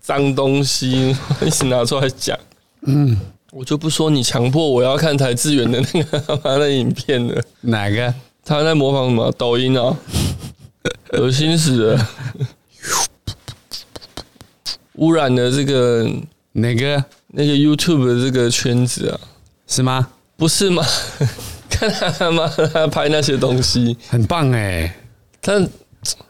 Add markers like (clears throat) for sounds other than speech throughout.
脏东西， (laughs) 一直拿出来讲。嗯，我就不说你强迫我要看台志远的那个他妈的影片了，哪个？他在模仿什么抖音啊，恶心死了，污染了这个哪个？那个 YouTube 的这个圈子啊，是吗？不是吗？ (laughs) 看他他妈的他拍那些东西，很棒哎、但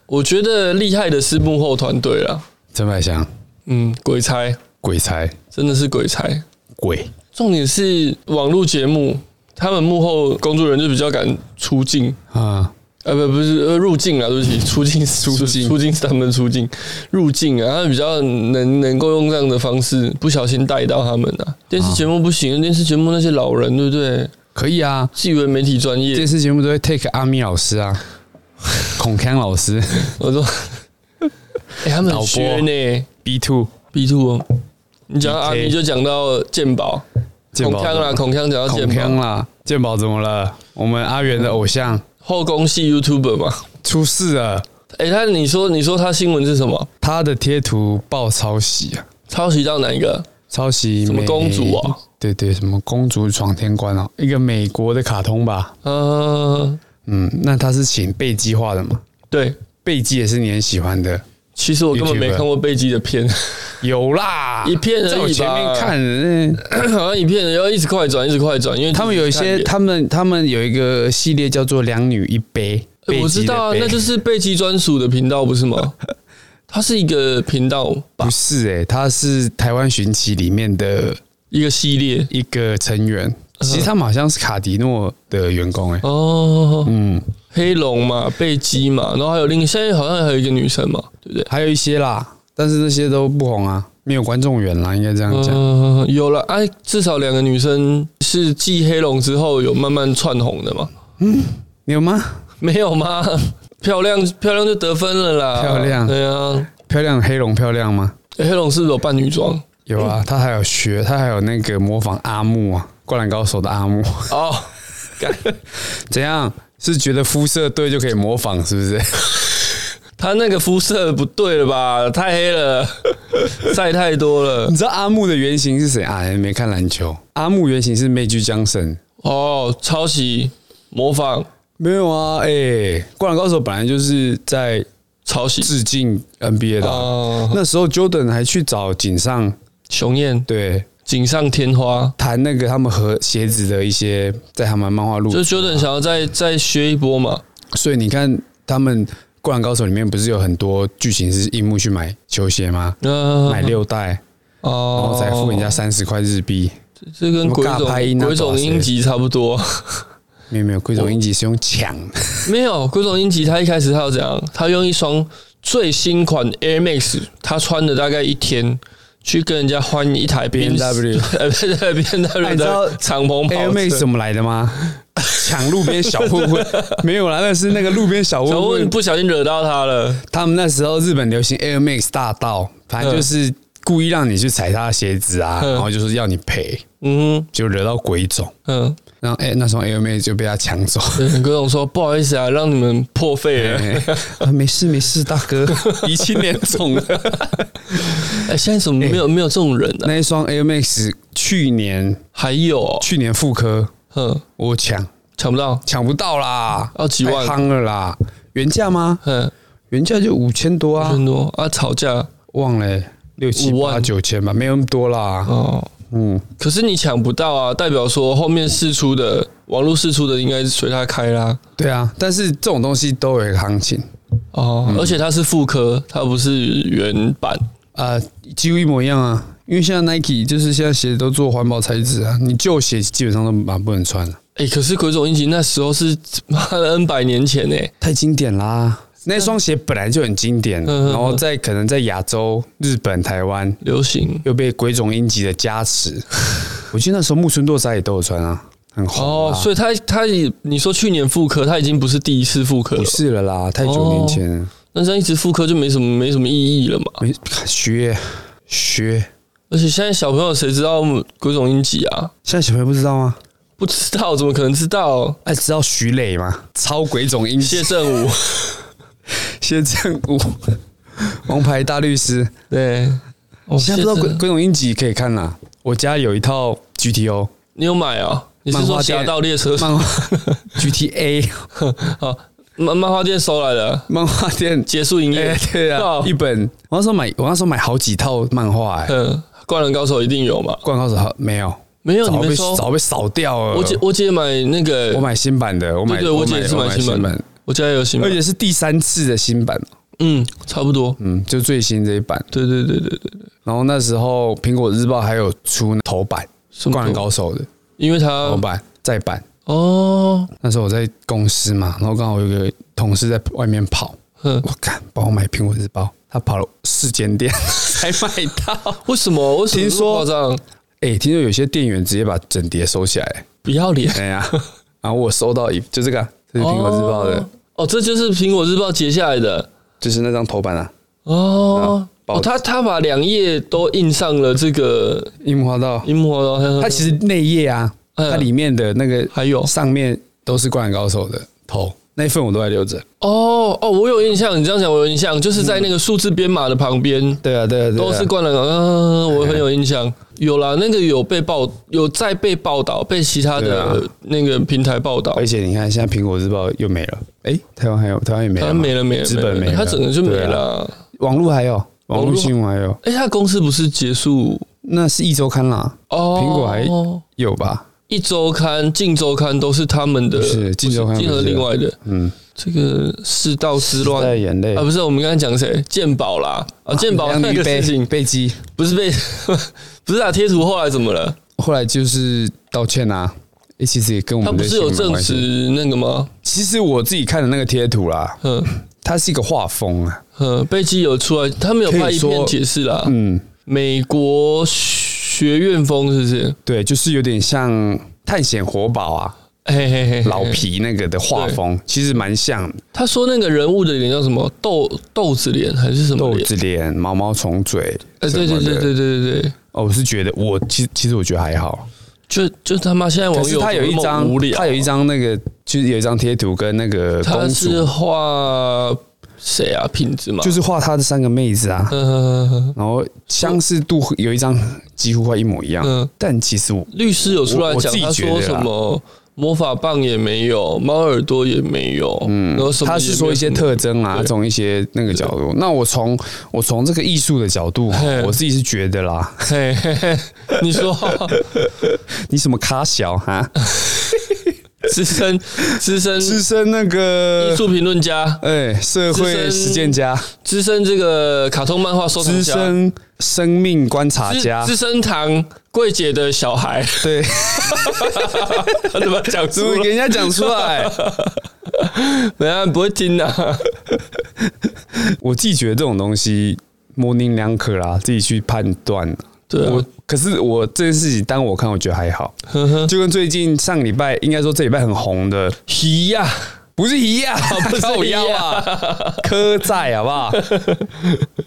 我觉得厉害的是幕后团队啦，郑百祥，嗯，鬼才鬼才真的是鬼才，鬼，重点是网络节目，他们幕后工作人员就比较敢出镜，啊，呃，不，不是呃入境啊，对不起， (laughs) 出境是出出境出境是他们的出境，入境啊，他们比较能能够用这样的方式，不小心带到他们啊。电视节目不行，电视节目那些老人，对不对？可以啊。自以为媒体专业电，视节目都会 take 阿咪老师啊，孔康老师我说， (laughs) 哎、他们导很播缺呢。 B two B two，哦你讲到阿 BK 咪就讲到鉴宝，健孔锵啦，孔锵讲到孔啊鉴康宝，啦，健宝怎么了？我们阿元的偶像后宫系 YouTuber 嘛。出事了，哎、他你说你说他新闻是什么？他的贴图爆抄袭啊，抄袭到哪一个？抄袭什么美公主啊？对对，什么公主闯天关啊，一个美国的卡通吧。呃，嗯，那他是请贝基画的嘛？对，贝基也是你很喜欢的，其实我根本没 YouTuber 看过贝基的片， (clears throat) (laughs) 有啦，一片而已吧在我前 (laughs) 面看，嗯好像影片要一直快转，一直快转，因为他们有一些，他们他们有一个系列叫做“两女一杯”，呃我知道啊，那就是是贝基专属的频道，不是 (laughs) 吗？它是一个频道吧不，是哎、欸，他是台湾寻奇里面的一个系列一个成员，嗯其实他们好像是卡迪诺的员工哎、欸，哦，嗯，黑龙嘛，贝基嘛，然后还有另现在好像还有一个女生嘛，对不对？还有一些啦，但是那些都不红啊，没有观众缘啦，应该这样讲。嗯、有了，哎，至少两个女生是继黑龙之后有慢慢窜红的嘛？你有吗？没有吗？ (laughs) 漂亮，漂亮就得分了啦。漂亮对啊。漂亮黑龙漂亮吗？哎黑龙是不是有扮女装？有嗯啊，他还有学，他还有那个模仿阿木啊，《灌篮高手》的阿木，哦，干怎样？是觉得肤色对就可以模仿，是不是？ (laughs) 他那个肤色不对了吧？太黑了， (laughs) 晒太多了你。知道阿木的原型是谁啊？没看篮球，阿木原型是美剧江神。哦，抄袭、模仿、没有啊，哎、灌篮高手》本来就是在抄袭。致敬 NBA 的啊、哦，那时候 Jordan 还去找井上，熊燕对，锦上添花，谈那个他们和鞋子的一些在他们漫画录就，是 Jordan 想要再再削一波嘛。所以你看他们《灌篮高手》里面不是有很多剧情是樱木去买球鞋吗？嗯、买六代，然哦后才付人家三十块日币。这跟鬼什么尬拍音冢啊鬼冢英吉差不多。没有没有，龟总英吉是用抢，没有鬼冢英吉，他一开始他要怎样？他用一双最新款 Air Max，他穿了大概一天。去跟人家换一台 (laughs) BMW 呃， (laughs) 对对 B N 哎 W 你知道的敞篷跑 Air 车 Max 哎怎么来的吗？抢路边小混 (laughs) 混，没有啦，那是那个路边小小混问混。不小心惹到他了，他们那时候日本流行 Air Max 大道，反正就是故意让你去踩他的鞋子啊，嗯然后就是要你赔，嗯就惹到鬼种。嗯，然后哎、那双 Air Max 就被他抢 (laughs) 走。对葛总说不好意思啊，让你们破费了。哎啊没事没事，大 (laughs) 哥，鼻青脸肿的。哎、现在怎么没有、没有这种人呢、啊？ (laughs) 那一双 Air Max 去年还有、哦，去年妇科嗯，我抢抢不到，抢不到啦，要几万太夯了啦，原价吗？嗯，原价就五千多啊，很多啊，吵架忘了欸六七五八万九千吧，没有那么多啦。哦。嗯，可是你抢不到啊，代表说后面试出的网络试出的应该是随他开啦。对啊，但是这种东西都有一个行情，哦，嗯而且它是副科，它不是原版。啊，几乎一模一样啊。因为现在 Nike 就是现在鞋子都做环保材质啊，你旧鞋基本上都蛮不能穿了，哎、可是鬼冢英吉那时候是妈的 N 百年前呢、欸太经典啦。那双鞋本来就很经典，啊嗯嗯嗯然后在可能在亚洲、日本、台湾流行又被鬼冢英吉的 (laughs) 加持。我记得那时候木村拓哉也都有穿啊，很红哦，啊。所以他他也你说去年复刻，他已经不是第一次复刻了不，是了啦，太久年前了。那这样一直复刻就没什么没什么意义了嘛。没学学，而且现在小朋友谁知道鬼冢英吉啊？现在小朋友不知道吗？不知道怎么可能知道？哎，知道徐磊吗？超鬼冢英谢谢振 (laughs) 武谢正武，王牌大律师，对，哦现在不知道谢鬼谢鬼冢英吉可以看啦。我家有一套 (laughs) GTO 你有买啊？你是漫说画《侠店盗猎车手漫画 (laughs) GTA 啊，漫漫画店收来的，漫画店，结束营哎、业。对啊哦，一本。我那时候买，我那时候买好几套漫 (laughs) 画、哎，嗯，灌篮高手一定有嘛？灌号手好没有，没有你早没被收。早被扫掉了。我姐我姐买那个，我买新版的，我买对对我姐买也是买我新版新的版，哎我家也有新买而，且是第三次的新版，嗯，差不多。嗯，就最新这一版。对对对对对，然后那时候《苹果日报》还有出头版什《么灌篮高手》的因为头他版再版。哦，那时候我在公司嘛，然后刚好有一个同事在外面跑，哼，我看帮我买《苹果日报》，他跑了四间店 (laughs) 才买到。为什么？为什么听说这么夸张？哎、听说有些店员直接把整碟收起来。不要脸！哎呀，然后我收到一就这个啊、这是《苹果日报》的哦，哦，这就是苹果日报截下来的就是那张头版啊，哦。报哦，他他把两页都印上了这个樱木花道。樱木花道，呵呵它其实内页啊，嗯它里面的那个还有上面都是《灌篮高手》的头，那一份我都还留着。哦哦，我有印象，你这样讲我有印象，就是在那个数字编码的旁边。对啊，对啊，对啊，啊都是灌篮高手，嗯，我很有印象。有啦，那个有被报，有在被报道，被其他对啊的那个平台报道。而且你看，现在苹果日报又没了，哎、台湾还有，台湾也没他了嘛，没了没了，资本没了，他整个就没对啊。了。网络还有，网网络络新闻还有，哎、他公司不是结束那是一周刊啦，哦？苹果还有吧？一周刊、近周刊都是他们的，不是近周刊不是不是另外的嗯，这个世道之乱在眼泪啊，不是我们刚才讲谁？鉴宝啦，啊，鉴宝两那女个被事情被击，不是被 (laughs) 不是啊，贴图后来怎么了？后来就是道歉啊。诶其实也跟我他们不是有这些没证关系。实那个吗？其实我自己看的那个贴图啦，嗯它是一个画风啊，嗯，贝基有出来，他们有拍一可以篇说解释啦，嗯，美国学院风是不是？对，就是有点像探险活宝啊，嘿嘿嘿，嘿老皮那个的画风，其实蛮像他说那个人物的脸叫什么？豆豆子脸还是什么豆脸？子脸、毛毛虫嘴。呃，对对对对对对对，哦，我是觉得我其实其实我觉得还好，就就他妈现在可网是友他有一怎么那么张无聊，，啊他有一，张那个就是有一张贴图跟那个他公是主，画谁啊？品质嘛，就是是画他的三个妹子啊，嗯然后相似度有一张几乎快一模一样，嗯，但其实我律师有出来我我讲，自己他觉得啊说啦什么魔法棒也没有，猫耳朵也没有，嗯，然后什么他也是没说有一些什么特征啊，对从一些那个角度。那我从我从这个艺术的角度嘿，我自己是觉得啦， (laughs) (laughs) 嘿嘿嘿，你说你什么咖小哈，嗯资深资深资深那艺个术评论家，哎，社会实践家，资深这个卡通漫画收藏资家，深生命观察资家资，深堂柜姐的小孩， (laughs) 对，他怎么讲怎出么来给？人家讲出 (laughs) 来？人家不会听啊。我自己觉得这种东西模棱两可啦，自己去判断。对啊我可是我这件事情，当我看，我觉得还好， (laughs) 就跟最近上个礼拜，应该说这礼拜很红的，皮呀、哦不是 (laughs) 一样，不是靠一腰啊，刻在好 (laughs) 不好？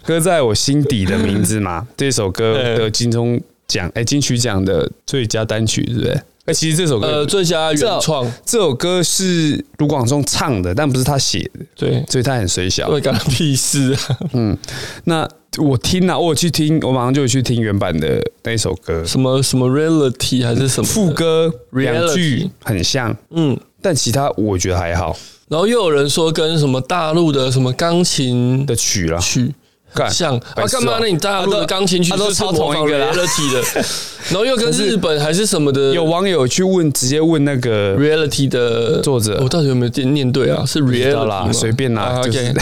刻在我心底的名字嘛，这 (laughs) 首歌嗯得金钟奖，哎、金曲奖的最佳单曲，对不对？哎、其实这首歌，呃，最佳原创，这首歌是卢广仲唱的，但不是他写的，对，所以他很水小。会干屁事啊？那我听了、啊，我有去听，我马上就有去听原版的那一首歌，什么什么 reality 还是什么的副？歌两 Reality 句很像，嗯，但其他我觉得还好然后又有人说跟什么大陆的什么钢琴的曲啦。曲。干像白啊，痴哦啊干嘛？那你大陆的钢琴曲他都就是他都抄模仿同一个啦 reality (laughs) 的，然后又跟日本还是什么的有网友去问，直接问那个 reality 的作者呃我到底有没有念念对啊？是知 reality 道啦吗，随便啦，啊就是 (laughs) OK，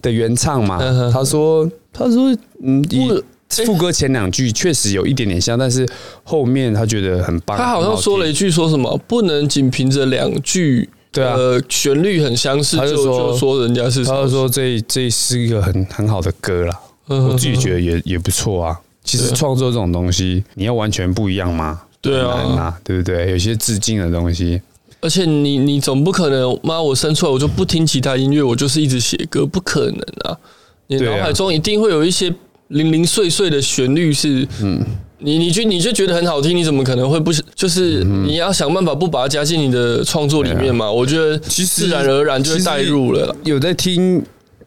的原唱嘛嗯哼。他说，他说，嗯，以哎副歌前两句确实有一点点像，但是后面他觉得啊很棒。他好像说了一句，句说什么，不能仅凭着两句对啊呃旋律很相似他就就就说说人家是什他么，嗯就说这这是一个很很好的歌啦，我我自己觉得也也不错啊。其实对啊创作这种东西，你要完全不一样吗？对啊很难啊，对不对？有些致敬的东西，而且你你总不可能妈我生出来我就不听其他音乐，我就是一直写歌，不可能啊！你对脑啊海中一定会有一些零零碎碎的旋律是，嗯，你你就你就觉得很好听，你怎么可能会不嗯就是你要想办法不把它加进你的创作里面嘛？我觉得啊其实自然而然就会其实带入了啦。有在听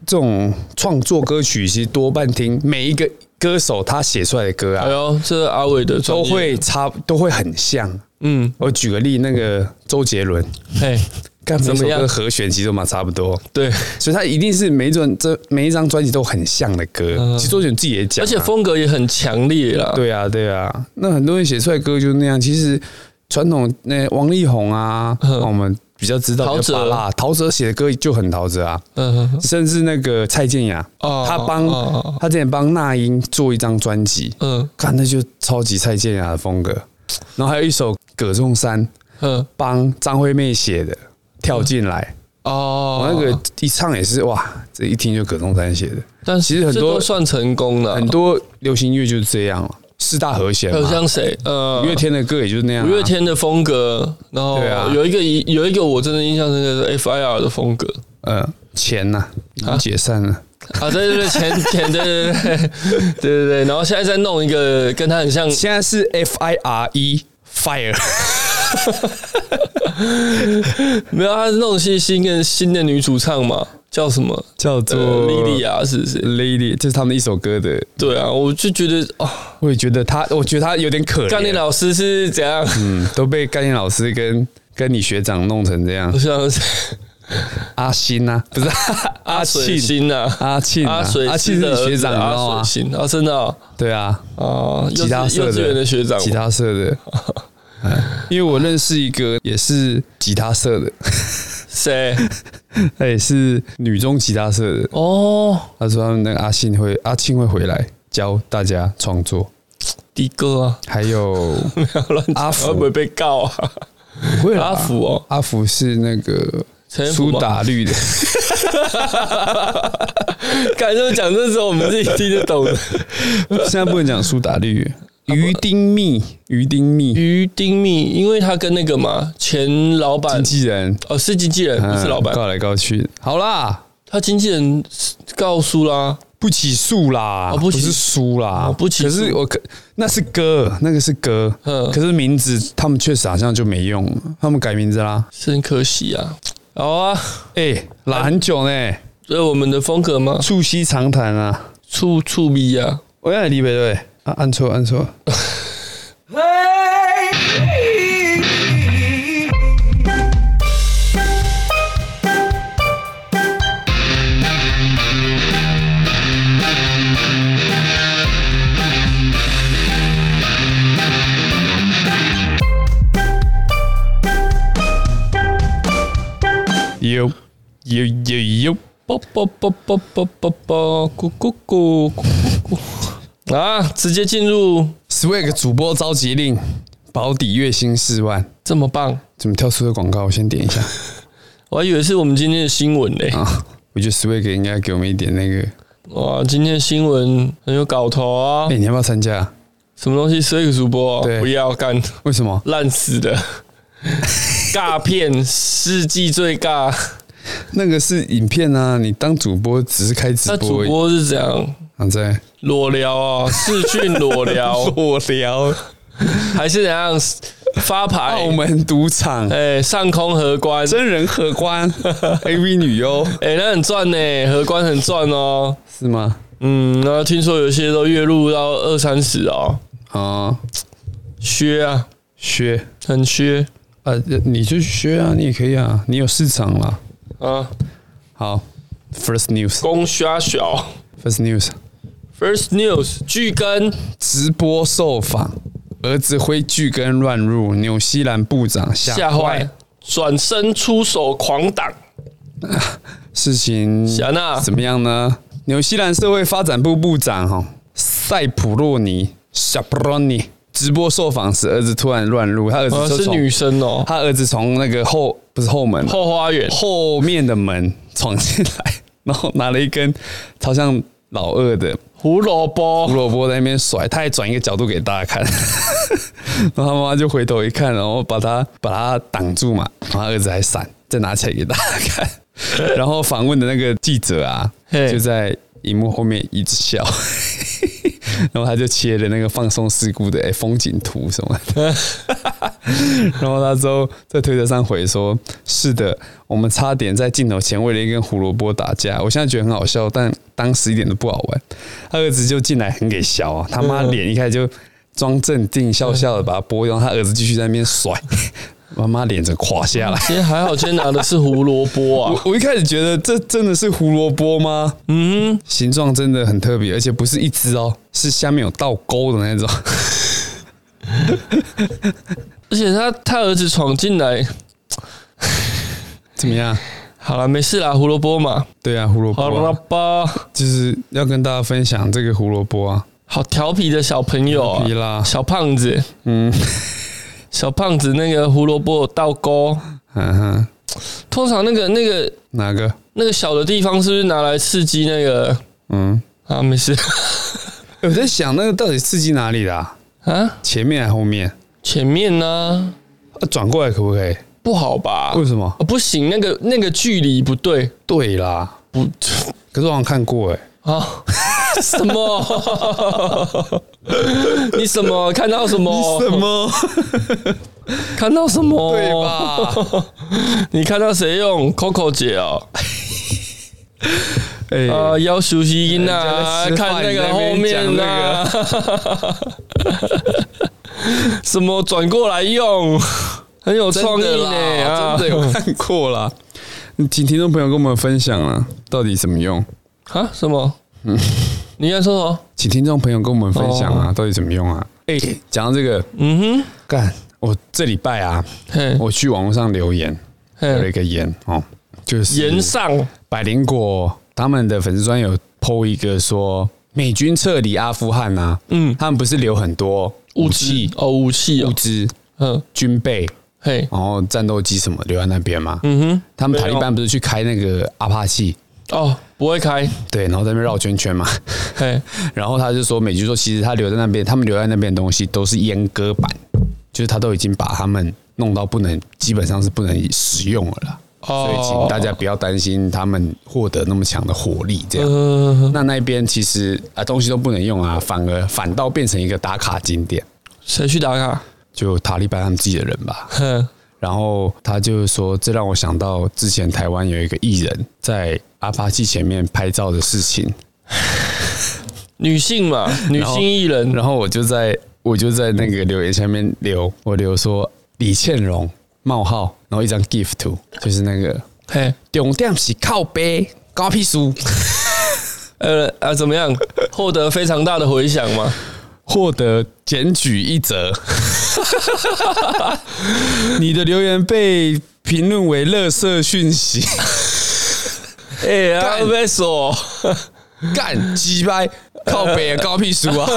这种创作歌曲，其实多半听每一个歌手他写出来的歌哎啊，呦，这是阿伟的专都业，会差都会很像。嗯，我举个例，那个周杰伦，哎，干怎每么首样歌和弦其实都嘛差不多，对，所以他一定是每一种这每一张专辑都很像的歌。嗯其实周杰伦自己也讲而啊，且风格也很强烈啦。对啊，对啊，那很多人写出来的歌就是那样。其实传统那王力宏啊，嗯我们比较知道陶喆啦，陶喆写的歌就很陶喆啊，嗯，嗯，甚至那个蔡健雅，哦他帮哦哦他之前帮那英做一张专辑，嗯看那就超级蔡健雅的风格。然后还有一首《葛仲山》嗯，帮张惠妹写的《跳进来》，哦我，那个一唱也是哇，这一听就葛仲山写的。但其实很这多都算成功了，很多流行音乐就是这样了，四大和弦还有嘛。像谁，呃，五月天的歌也就是那样、啊，五月天的风格，然后对啊有一个一有一个我真的印象深刻是 FIR 的风格呃，钱呐、已经解散了。啊，对对对，前 (laughs) 前对对对对对对对，然后现在再弄一个跟他很像，现在是 F I R E fire，没有，他是弄些新跟新的女主唱嘛， (laughs) 叫什么？叫做呃，莉莉亚是不是？ Lady，这是他们一首歌的。对啊，我就觉得哦，我也觉得他，我觉得他有点可干练怜，老师是怎样？啊嗯，都被甘念老师跟跟你学长弄成这样好。像是阿星啊，不是阿水庆，星啊，阿庆啊，阿水阿庆星是的你学长，你知道阿吗？水星啊，真的哦对啊，哦，幼吉他稚社幼稚园的学长，吉他社 (laughs) 的。哎因为我认识一个也是吉他社 (laughs) 的，谁？她也哎是女中吉他社的，哦，他说他们那个阿信会阿庆会回来教大家创作，迪哥啊，还有没有 (laughs) 乱阿讲，福会不会被告 (laughs) 啊？不会啦阿福哦，阿福是那个陈福苏吗 (laughs) 打绿的，感觉讲这时候我们自己听得懂的。 (laughs) 现在不能讲苏打绿，于丁密，于丁密于丁密，因为他跟那个嘛前老板经纪人，哦是经纪人，不是嗯老板，告来告去，好啦，他经纪人告诉啦，不起诉啦，哦不不起是输啦，哦不起诉可是我可那是歌，那个是歌，嗯可是名字他们确实好像就没用了，他们改名字啦，真可惜啊。好啊，哎，拉很久呢，这我们的风格吗？促膝长谈啊。醋醋逼啊，我要李北对，啊，按错按错，有有有有，啵啵啵啵啵啵啵，咕咕咕咕咕咕啊！直接进入 Swag 主播召集令，保底月薪四万，这么棒，怎么跳出的广告？我先点一下我还以为是我们今天的新闻嘞。啊！我觉得 Swag 应该给我们一点那个，哇，今天的新闻很有搞头啊哎、！你要不要参加？什么东西？谁个主播？啊对不要干。为什么？烂死 (laughs) 的，尬片世纪最尬。那个是影片啊，你当主播只是开直那播主而已，播是怎样？啊在裸聊啊，视讯裸 (laughs) 聊，裸聊还是怎样发牌澳？门赌场哎、上空荷官，真人荷 (laughs) 官 AV 女优哎、那很赚呢、荷官很赚哦。是吗？嗯，然后听说有些都月入到二三十哦，啊，削啊，削很削啊，你就削啊，你也可以啊，你有市场啦。啊，好，First News，First 公虾小。 News。 First news，巨根直播受访，儿子挥巨根乱入，纽西兰部长吓吓坏，转身出手狂挡，事情霞娜怎么样呢？纽西兰社会发展部部长哈塞普洛尼 s a p r o n i 直播受访时，儿子突然乱入，他儿子啊就是从女，生哦、他儿子从那个后不是后门后花园，后面的门闯进来， (laughs) 然后拿了一根好像老二的胡萝胡卜，萝卜在那边甩，他还转一个角度给大家看， (laughs) 然后他妈妈就回头一看，然后把他把他挡住嘛，然后他儿子还闪，再拿起来给大家看。 (laughs) 然后访问的那个记者啊，嘿就在荧幕后面一直笑， (laughs) 然后他就切了那个放松事故的哎风景图什么的，然后他之后在推特上回说：“是的，我们差点在镜头前为了一根胡萝卜打架。我现在觉得很好笑，但当时一点都不好玩。”他儿子就进来很给笑啊，他妈脸一开始就装镇定笑笑的把他拨掉，他儿子继续在那边甩， (laughs) 妈妈脸整垮下来。今天还好，今天拿的是胡萝卜啊。我我一开始觉得这真的是胡萝卜吗？嗯，形状真的很特别，而且不是一只哦，是下面有倒钩的那种。 (laughs) (laughs) 而且他他儿子闯进来，怎么样？好了，没事啦，胡萝卜嘛，对啊，胡萝卜胡啊、萝卜，就是要跟大家分享这个胡萝卜啊，好调皮的小朋友啊皮，啦，小胖子，嗯小胖子那个胡萝卜有倒钩，嗯哼，通常那个那个哪个？那个小的地方是不是拿来刺激那个嗯，啊？没事 (laughs) 我在想那个到底刺激哪里啦、啊，前面还是后面？前面呢、啊转过来可不可以？不好吧？为什么哦啊？不行，那个那个距离不对，对啦，不可是我好像看过哎、啊。 (laughs) 什么？ (laughs) 你什么看到什哦么？么？看到什么？对？吧？你看到谁用 Coco 姐哦？ (laughs) 哎、啊，要休息音啊，人家在吃看饭那你在个那后边讲面啊， (laughs) 什么转过来用，很有创意呢啊！真的有看过啦。请听众朋友跟我们分享了，到底怎么用？啊？什么？ (laughs) 你在说什么？请听众朋友跟我们分享啊，到底怎么用啊？哎、讲到这个，嗯干，我这礼拜啊，哼，嘿，我去网络上留言，留了一嘿，个言哦，就是岩上百灵果他们的粉丝专有 PO 一个说，美军撤离阿富汗啊，嗯，他们不是留很多武器、哦，武器物哦，资、嗯，军备，嘿，然后战斗机什么留在那边嘛？嗯他们塔利班不是去开那个阿帕契？哼，哦，不会开，对，然后在那边绕圈圈嘛， (laughs) 嘿，然后他就说，美军说其实他留在那边，他们留在那边的东西都是阉割版，就是他都已经把他们弄到不能，基本上是不能使用了啦。哦所以请大家不要担心他们获得那么强的火力，这样。呃，那那边其实啊东西都不能用啊，反而反倒变成一个打卡景点，谁去打卡？就塔利班他们自己的人吧。哼，然后他就说，这让我想到之前台湾有一个艺人在阿帕契前面拍照的事情，女性 (laughs) 嘛，女性艺人，然后我就在我就在那个留言下面留，我留说李倩蓉冒号，然后一张 GIF 图，就是那个嘿，重点是靠背高屁书，呃啊，怎么样？获得非常大的回响吗？获得检举一则。 (laughs) 你的留言被评论为垃圾 (laughs) 讯息， (laughs) 哎，啊干被说，干鸡掰，靠北啊，高屁书 (laughs) 啊！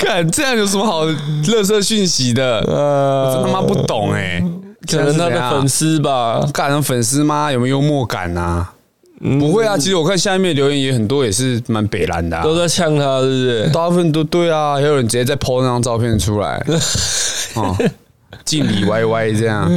干这样有什么好垃圾讯息的？我真呃，他妈不懂哎、可能他这的样是怎样粉丝吧，干粉丝吗？有没有幽默感啊？嗯不会啊，其实我看下面留言也很多，也是蛮北蓝的、啊，都在呛他，是不是？大部分都对啊，还有人直接在 PO 那张照片出来，哦，敬礼歪歪这样，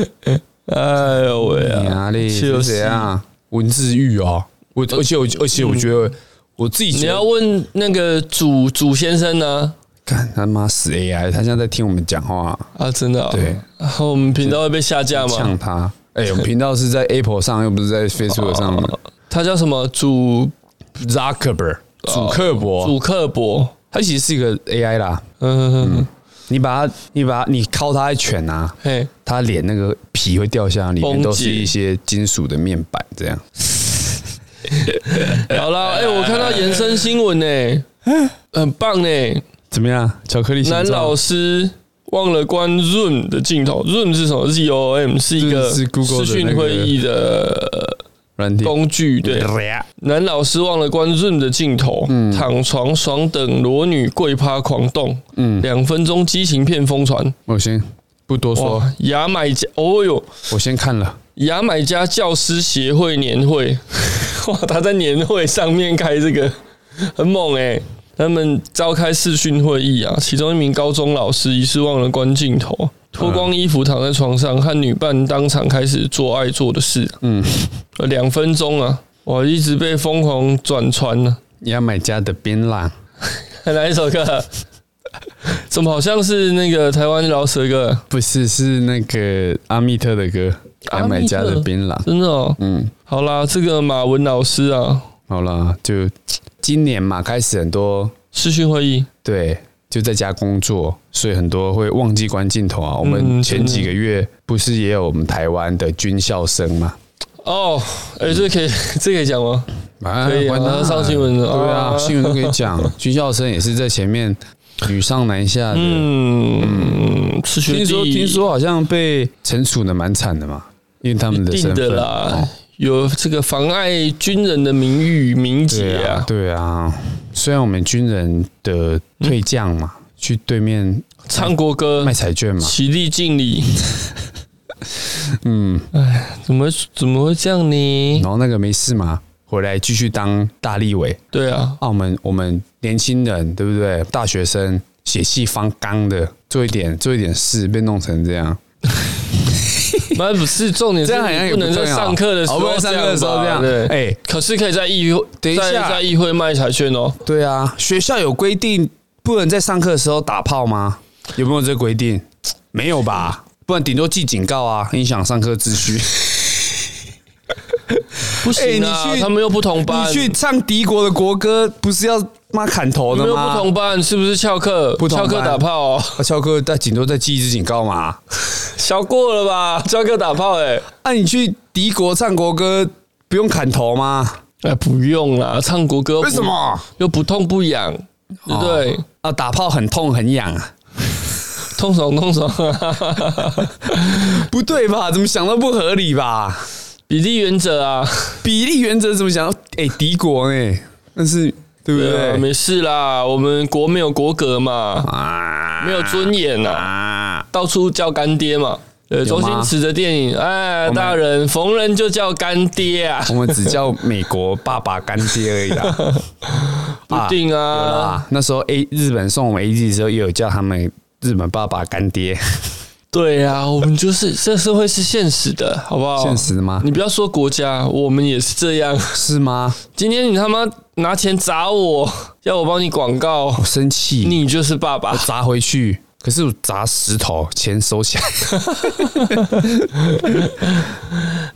(laughs) 哎呦喂你啊！哪里就是是怎样？文字狱哦，我而且我而且我觉得我自己呃嗯你觉要得，问那个祖祖先生啊呢？干他妈死 AI，他现在在听我们讲话，啊，真的、哦。对，然后我们频道会被下架吗？呛他。哎，我们频道是 (laughs) 在 Apple 上，又不是在 Facebook 上的。他叫什么？祖 Zuckerberg，祖克伯，祖克伯。他其实是一个 AI 啦。嗯，你把它，你把它，你敲它一拳啊，嘿，它脸那个皮会掉下来，里崩面解都是一些金属的面板，这样。 (laughs) 好啦，哎、我看到延伸新闻呢、很棒呢、怎么样？巧克力男老师忘了关 Zoom 的镜头，Zoom 是什么？Zoom 是一个 Zoom 是 Google 的那个视讯会议的软体工具，对。对嗯男老师忘了关 Zoom 的镜头，躺床爽等裸女跪趴狂动，两分钟激情片疯传，我先不多说，哇，牙买加，哦哟，我先看了。牙买加教师协会年会， (laughs) 哇，他在年会上面开这个，很猛哎、他们召开视讯会议啊，其中一名高中老师疑似忘了关镜头，啊脱光衣服躺在床上，和女伴当场开始做爱做的事。嗯，两分钟啊，我一直被疯狂 (laughs) 转传呢、啊牙买加的槟榔，啊。哪一首歌？怎么好像是那个台湾老舍歌？啊不是，是那个阿密特的歌《阿牙密特买加的槟榔》。真的哦。嗯，好啦，这个马文老师啊，好了，就今年嘛，开始很多视讯会议，对，就在家工作，所以很多会忘记关镜嗯头啊。我们前几个月不是也有我们台湾的军校生吗？哦，哎、这可以，这可以讲吗？啊可以啊完蛋了上新闻了对啊啊，新闻都可以讲。 (laughs) 军校生也是在前面女上男下的。嗯，是学弟，听说听说好像被惩处的蛮惨的嘛，因为他们的一定身的份啦，哦有这个妨碍军人的名誉名节对啊啊，，对啊。虽然我们军人的退将嘛，嗯去对面唱国歌卖，彩券嘛，起立敬礼，嗯，怎么怎么会这样呢？然后那个没事嘛，回来继续当大立委。对啊，澳门我们年轻人对不对？大学生血气方刚的，做一点做一点事，被弄成这样，那不是重点，这样好像是也不能在重要上课的时哦不候能上课的时候吧这样。对，哎、可是可以在议会，等一下在在议会卖彩券哦。对啊，学校有规定不能在上课的时候打炮吗？有没有这个规定？没有吧？不然顶多记警告啊，影响上课秩 (laughs) 序。不行啊，哎你去他们又不同班，你去唱敌国的国歌，不是要妈砍头你的们又不吗？同班，是不是翘课？不同翘班课打炮、哦，啊，翘课在顶多再记一次警告嘛。小过了吧？翘课打炮、哎。啊，你去敌国唱国歌，不用砍头吗？哎，不用啦，唱国歌不为什么？又不痛不哦痒，对不对？啊，打炮很痛很痒啊？痛爽痛爽， (laughs) 不对吧？怎么想都不合理吧？比例原则啊，比例原则怎么想？哎、敌国哎、那是对不啊对？没事啦，我们国没有国格嘛，啊，没有尊严呐，啊，到处叫干爹嘛。对，有周吗星驰的电影，哎，们大人逢人就叫干爹啊，我们只叫美国爸爸干爹而已啦。不定啊， (laughs) 啊，那时候 A 日本送我们 A G 的时候，也有叫他们日本爸爸干爹，对啊，我们就是这社会是现实的，好不好？现实的吗你？不要说国家，我们也是这样。是吗？今天你他妈拿钱砸我，要我帮你广告， (laughs) 我生气，你就是爸爸。砸回去。可是我砸石头，钱收起来。 (laughs)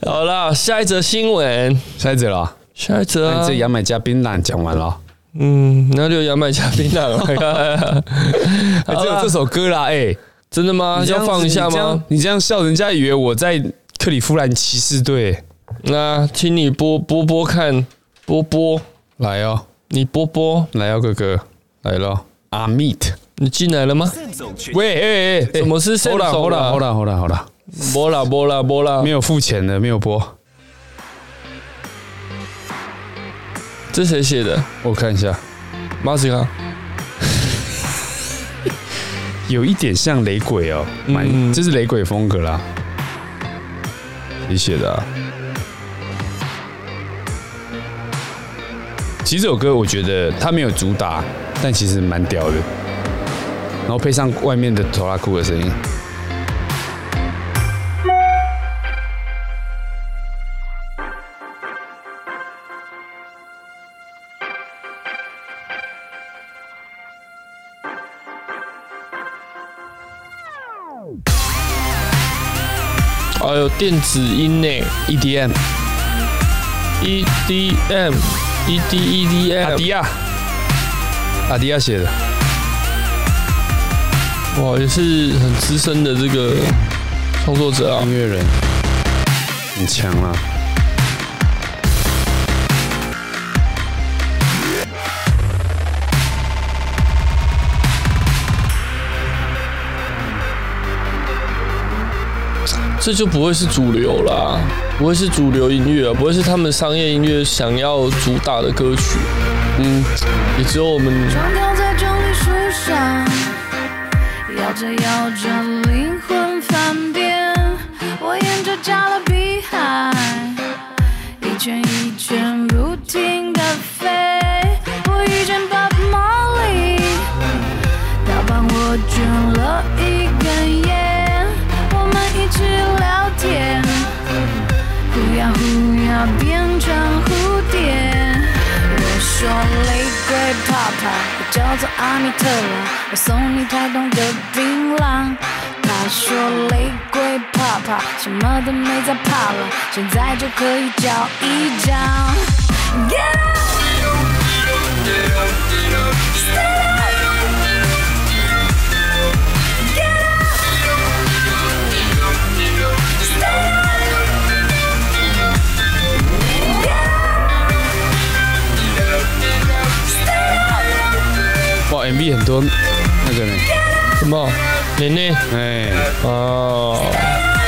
好啦，下一则新闻，下一则了，下一则、那啊这，牙买加槟榔讲完了，嗯，那就牙买加槟榔了， (laughs) 哎只有这首歌啦。哎，真的吗？你这样要子放一下吗？？你这样你这样笑，人家以为我在克利夫兰骑士队。那请你播播播看，播播，来哦，你播播，来哦，哥哥，来咯。阿 meet，你进来了吗？喂，哎哎哎，怎么是好啦 Samsung 好啦啦好啦好啦好啦，播啦播啦播啦没，有付钱的，没有播，这谁写的？我看一下，马斯卡，有一点像雷鬼哦，嗯蛮，这是雷鬼风格啦。你写的、啊？其实这首歌我觉得它没有主打，但其实蛮屌的，然后配上外面的拖拉库的声音。哎呦，电子音呢 EDM， ，EDM。E D E D 阿 M，迪亚，阿迪亚写的，哇，也是很资深的这个创作者啊。音乐人很强啊。这就不会是主流啦，不会是主流音乐啊，不会是他们商业音乐想要主打的歌曲。嗯，也只有我们双掉在整理书上，摇着摇着灵魂翻遍。我沿着加勒比海，一圈一圈不停地飞。我遇见 Bob Marley，他帮我卷了一根烟，我们一起聊天。忽呀忽呀变成蝴蝶。我说 Lady Great Papa，我叫做阿密特拉，我送你台东的槟榔。他说雷鬼怕怕，什么都没在怕了，现在就可以叫一叫。Get up! Stand up! Get up! Stand up! Get up! 哇，MV 很多那个呢，什么？年内哎，哦，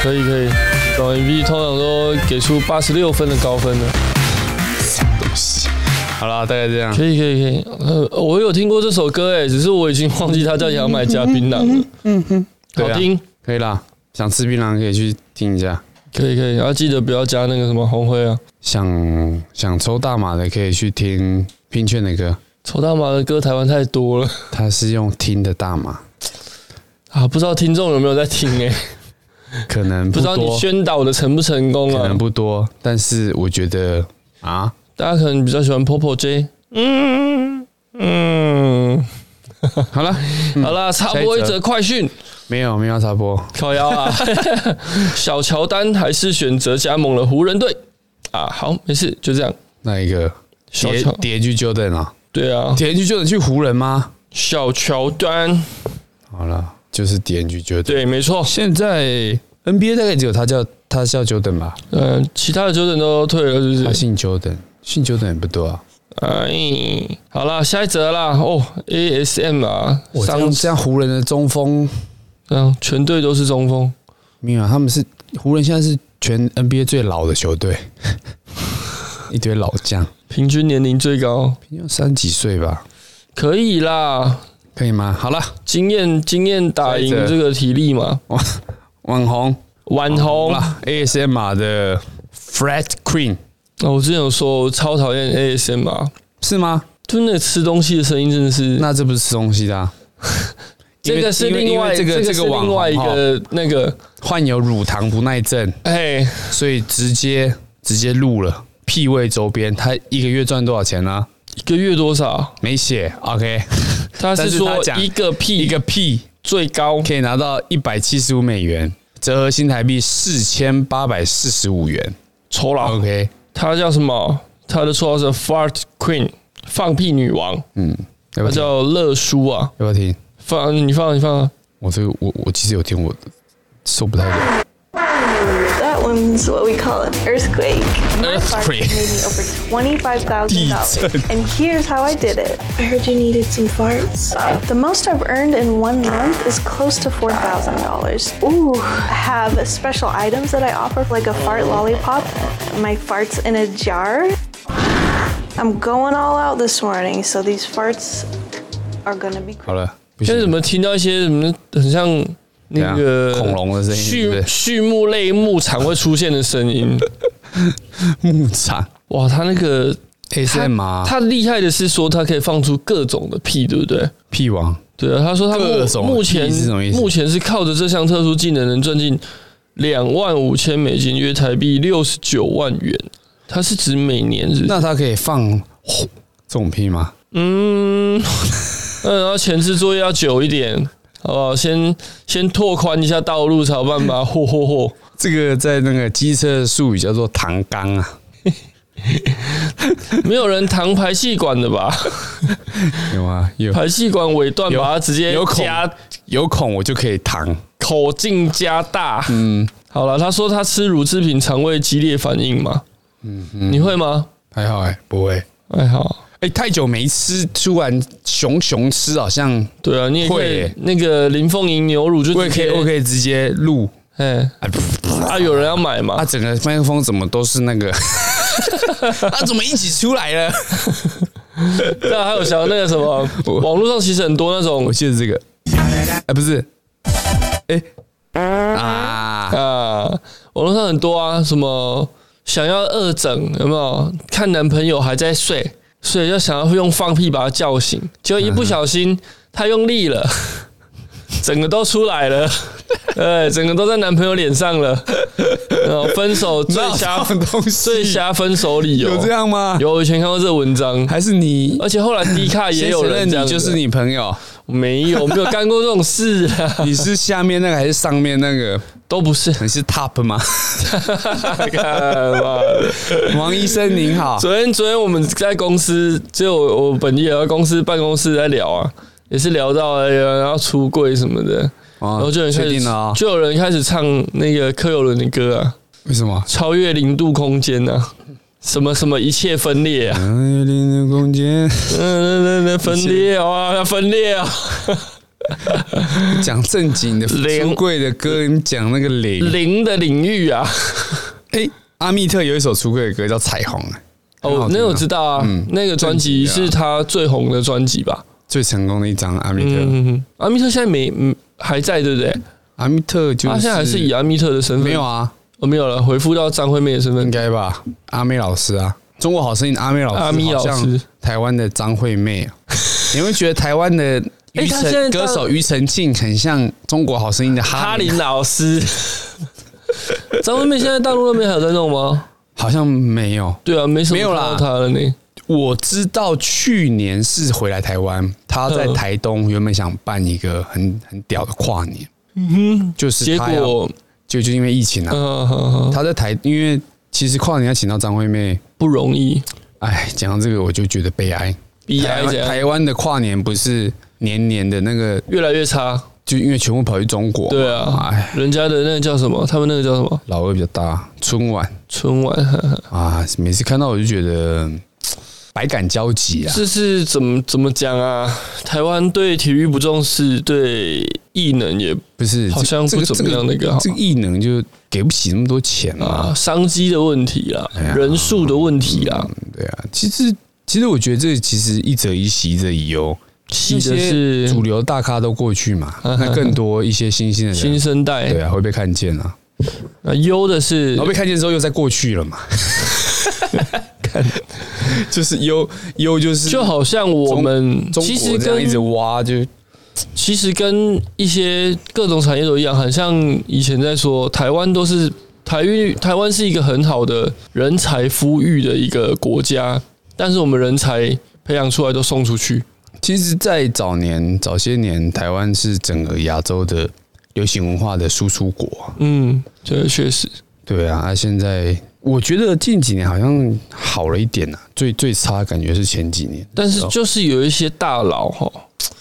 可以可以，抖音 V 通常都给出八十六分的高分的，好啦，大概这样。可以可以可以。呃，我有听过这首歌哎，只是我已经忘记它叫《牙买加槟榔》了。对啊好听，可以啦，想吃槟榔可以去听一下，可以可以，然后记得不要加那个什么红灰啊。想想抽大麻的可以去听拼券的歌，抽大麻的歌台湾太多了他是用听的大麻，啊，不知道听众有没有在听哎，可能不不知道你多，宣导的成不成功可啊能？不多，但是我觉得啊，大家可能比较喜欢 Popo J。嗯嗯，好了，好啦，插播一则快讯。没有没有要插播，靠腰啊！ (laughs) 小乔丹还是选择加盟了湖人队啊。好，没事，就这样。那一个小叠乔，叠去 Jordan 啊，对啊，叠去 Jordan 去湖人吗？小乔丹，好了，就是叠去 Jordan，对，没错。现在 NBA 大概只有他叫他叫 Jordan 吧，嗯、其他的球队都退了，是他不是？姓 Jordan，姓 Jordan 也不多啊，哎，好啦，下一则啦。哦，ASM 啊，我这上样这样湖人的中锋。嗯，全队都是中锋。没有啊，他们是湖人，现在是全 NBA 最老的球队， (laughs) 一堆老将，平均年龄最高，平均三十几岁吧，可以啦，可以吗？好了，经验经验打赢下一则这个体力嘛。网网红啊晚红，哦，啦，ASMR 的 Fred Queen 哦我之前有说，我超讨厌 ASM 啊，是吗？就那个吃东西的声音真的是。那这不是吃东西的、啊，(laughs) 因这为个是因为另因外为这个个这是个网另外一红个那个，患有乳糖不耐症，哎，所以直接直接录了屁味周边，他一个月赚多少钱呢、一个月多少？没写，OK，他但是是他说讲一个屁一个屁，最高可以拿到一百七十五美元，折合新台币四千八百四十五元。酬劳， OK，他叫什么？他的绰号是 Fart Queen，放屁女王，嗯，要他不要听？要叫乐叔啊。不要听？放你放你放，啊我这个我我其实有听，我受不太了。 That one's what we call an earthquake. My Earthquake. farts made me over $25,000. And here's how I did it. I heard you needed some farts. The most I've earned in one month is close to $4,000. Ooh. I have special items that I offer, like a fart lollipop, my farts in a jar. I'm going all out this morning, so these farts are gonna be 好了，不现在怎 (laughs) 行，么听到一些什么很像那个怎样恐龙的声音对畜不对畜牧类牧场会出现的声音？牧场哇，他那个 ASMR 他厉害的是说他可以放出各种的屁，对不对？屁王，对啊，他说他各种目目前屁是什么意思目前是靠着这项特殊技能能赚进两万五千美金，约台币六十九万元。他是指每年是不是那他可以放吼这种屁吗？ (laughs) 嗯嗯，然后前置作业要久一点，好不好？先先拓宽一下道路，才有办 (laughs) 法嚯嚯嚯！这个在那个机车的术语叫做唐缸啊，没有人扛排气管的吧？有吗？有排气管尾段把它直接有孔加有孔我就可以唐，口径加大。嗯，好了，他说他吃乳制品肠胃激烈反应嘛。嗯，你会吗？还好哎、不会。还好。哎、太久没吃，突然熊熊吃，好像对啊，你也可以会耶那个林凤营牛乳就我也可以，我可以。以直接录。哎，啊啊，有人要买嘛啊，？整个麦克风怎么都是那 (laughs) 个？啊，怎么一起出来了？那啊还有像那个什么，啊 (laughs) 我网络上其实很多那种我记得这个，哎、不是，哎、啊，啊，网络上很多啊，什么想要二整有没有？看男朋友还在睡，所以就想要用放屁把他叫醒，结果一不小心他用力了， (laughs) 整个都出来了， (laughs) 哎，整个都在男朋友脸上了。然后分手最瞎 (laughs) 哪有这种东西最瞎分手理由有这样吗？有，我以前看过这文章，还是你而且后来 D 卡也有先承人认这样你子就是你朋友？没有没有干过这种事啊，你是下面那个还是上面那个？都不是。你是 top (laughs) 吗？干嘛的王医生您 (laughs) 好，昨天昨天我们在公司，就我我本地的公司办公室在聊啊，也是聊到哎呀，然后出柜什么的，哦然后就有人开确始定了啊？就有人开始唱那个柯有伦的歌啊，为什么？超越零度空间啊，什么什么一切分裂啊，嗯，有点的空间，嗯嗯嗯嗯，分裂啊，要分裂啊， (laughs) 讲正经的 (laughs) 零出柜的歌，你讲那个 (laughs) 零。零的领域啊，哎，阿密特有一首出柜的歌叫《彩虹》，哎很哦好，听那啊我知道啊，嗯那个专辑正是经他最红的专辑吧？最成功的一张阿密特。嗯，阿密特现在没嗯还在对不对？阿密特就他是现在还是以阿密特的身份没有啊，我哦没有了，回复到张惠妹的身应份。该吧？阿妹老师啊，《中国好声音》的阿妹老师，阿咪老师，台湾的张惠妹 (laughs) 啊，你会觉得台湾的哎庾她现在澄歌手庾澄庆很像《中国好声音》的哈哈林啊林，啊老师， (laughs) 张惠妹现在大陆那边还有在弄吗？好像没有。对啊，没什么没有看到啦她了呢。我知道去年是回来台湾，他在嗯台东原本想办一个很很屌的跨年，嗯哼，就是结他要果，就就因为疫情啊，嗯、好好他在台因为其实跨年要请到张惠妹，不容易。哎，讲到这个我就觉得悲哀。 B 台 I 湾怎样台湾的跨年不是年年的那个，越来越差。就因为全部跑去中国，对啊哎，，人家的那个叫什么？他们那个叫什么？老二比较大，春晚春晚，啊，每次看到我就觉得嗯百感交集啊。这是怎么怎么讲啊？台湾对体育不重视，对艺能也不是，好像这不怎么样那这个个哈这个异能就给不起那么多钱啊，啊。商机的问题啦，哎呀人数的问题啦，对啊，其实其实我觉得这其实一则一喜，一则一忧。喜的那些是主流大咖都过去嘛， (laughs) 嗯那更多一些新兴的新人，生代对，啊，哦会被看见啊。那忧的是然后被看见之后又再过去 (laughs) 了嘛。就是忧忧就是就好像我们嗯中其实国这样一直跟挖，就其实跟一些各种产业都一样，很像以前在说台湾都是台育台湾是一个很好的人才孵育的一个国家，但是我们人才培养出来都送出去，其实，在早年早些年，台湾是整个亚洲的流行文化的输出国啊。嗯，这确实对啊，那现在我觉得近几年好像好了一点啊，最最差感觉是哦前几年，但是就是有一些大佬哈，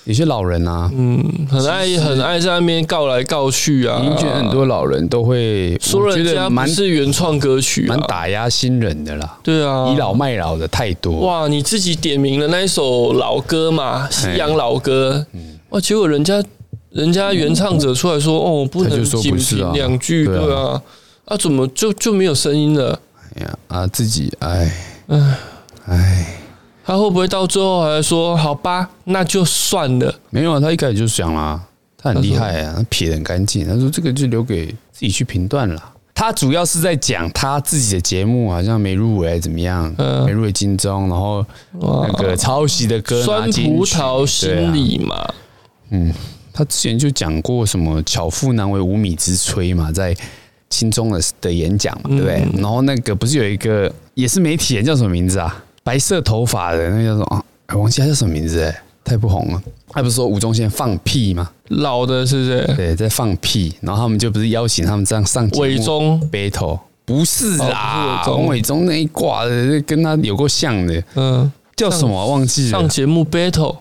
有些老人啊，嗯，很爱很爱在那边告来告去啊，您觉得很多老人都会说我觉人得家不蛮是原创歌曲、啊，蛮打压新人的啦，对啊，倚老卖老的太多。哇，你自己点名了那一首老歌嘛，西洋老歌，嗯哇，结果人家人家原唱者出来说，哦，不他能就说仅不是啊凭两句，对啊对啊，啊，怎么就就没有声音了？哎呀啊，自己哎唉哎，他会不会到最后还说，好吧，那就算了？没有啊，他一开始就讲啦，他很厉害啊，他撇得很干净。他说这个就留给自己去评断啦。他主要是在讲他自己的节目好像没入围怎么样，嗯没入围金钟，然后哇那个抄袭的歌拿酸金曲葡萄心。对啊理嘛，他之前就讲过什么“巧妇难为无米之炊”嘛，在金钟的的演讲嘛，嗯对不对？然后那个不是有一个也是媒体人叫什么名字啊？白色头发的那个叫什么？啊哎忘记他叫什么名字哎、太不红了。他不是说吴宗宪放屁吗？老的是不是？对，在放屁。然后他们就不是邀请他们这样上节目伪中 battle，不是哦不是伪啦，宗王伟忠那一挂的跟他有够像的，嗯，叫什么啊忘记了上。节目 battle，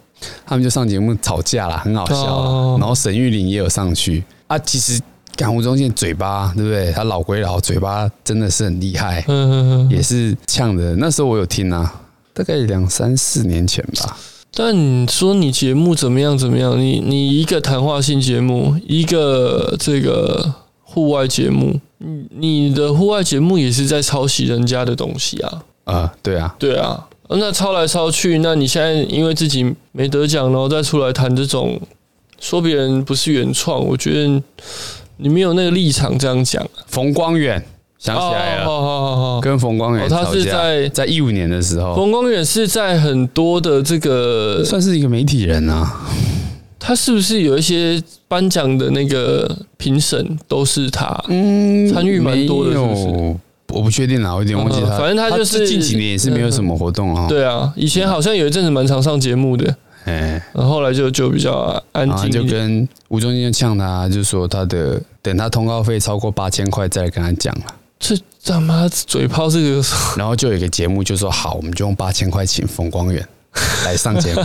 他们就上节目吵架啦，很好笑啊、哦然后沈玉琳也有上去啊。其实港吴宗宪嘴巴对不对？他老归老，嘴巴真的是很厉害，嗯，也是呛的。那时候我有听啊，大概两三四年前吧。但你说你节目怎么样怎么样？你你一个谈话性节目，一个这个户外节目，你你的户外节目也是在抄袭人家的东西啊，呃，对啊，对啊，那抄来抄去，那你现在因为自己没得奖，然后再出来谈这种说别人不是原创，我觉得你没有那个立场这样讲。啊冯光远想起来了，哦好好好好跟冯光远哦他吵架，是在在一五年的时候，冯光远是在很多的这个算是一个媒体人啊。他是不是有一些颁奖的那个评审都是他？嗯参与蛮多的是不是没有我不确定啦，我有点忘记他。嗯反正他就是近几年也是没有什么活动哦。，对啊，以前好像有一阵子蛮常上节目的，哎，然后后来就就比较安然后静啊就一点。跟吴宗宪呛他，就说他的等他通告费超过八千块再来跟他讲了。这他妈嘴炮这个，然后就有一个节目就说好，我们就用八千块请冯光远来上 (laughs) 节目。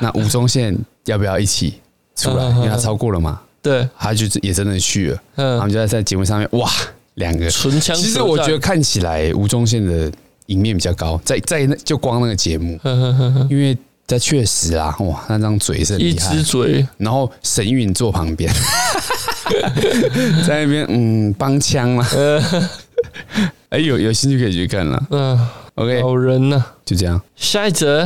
那吴宗宪要不要一起出来？嗯嗯嗯因为他超过了嘛，对，他就是也真的去了。他嗯们，就在在节目上面哇，两个唇枪舌战。其实我觉得看起来吴宗宪的赢面比较高，在在那就光那个节目，呵呵呵呵，因为他确实啊，哇，那张嘴是很一厉害只。嘴，然后沈允坐旁边， (laughs) 在那边嗯帮 (laughs) 腔啦。呃哎、有有兴趣可以去看啦。嗯， OK，好人呐、就这样，下一则，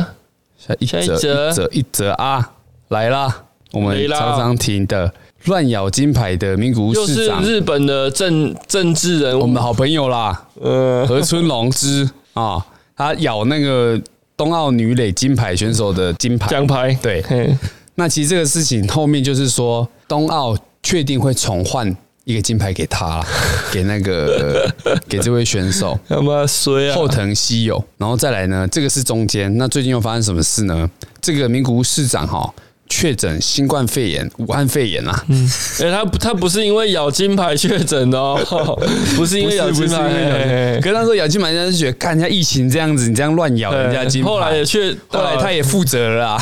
下一下一则一则则一则啊，来啦！我来们啦常常听的乱咬金牌的名古屋又市是长，日本的政政治人我物们的，好朋友啦，呃，何春龙之啊，他咬那个冬奥女垒金牌选手的金牌。奖牌，对嘿，那其实这个事情后面就是说，冬奥确定会重换一个金牌给他 (laughs) 啦，给那个呃给这位选 (laughs) 手他妈衰啊，后藤希友，然后再来呢，这个是中间。那最近又发生什么事呢？这个名古屋市长哈、确诊新冠肺炎，武汉肺炎啊， (laughs) 哎、他不他不是因为咬金牌确诊的哦， (laughs) 不是因不为是咬不金是因牌，为咬金嘿嘿 (laughs) 可是那时候咬金牌，人家就觉得，看人家疫情这样子，你这样乱咬人家金牌，哎后来也确，后来他也负责了 (laughs) 啦，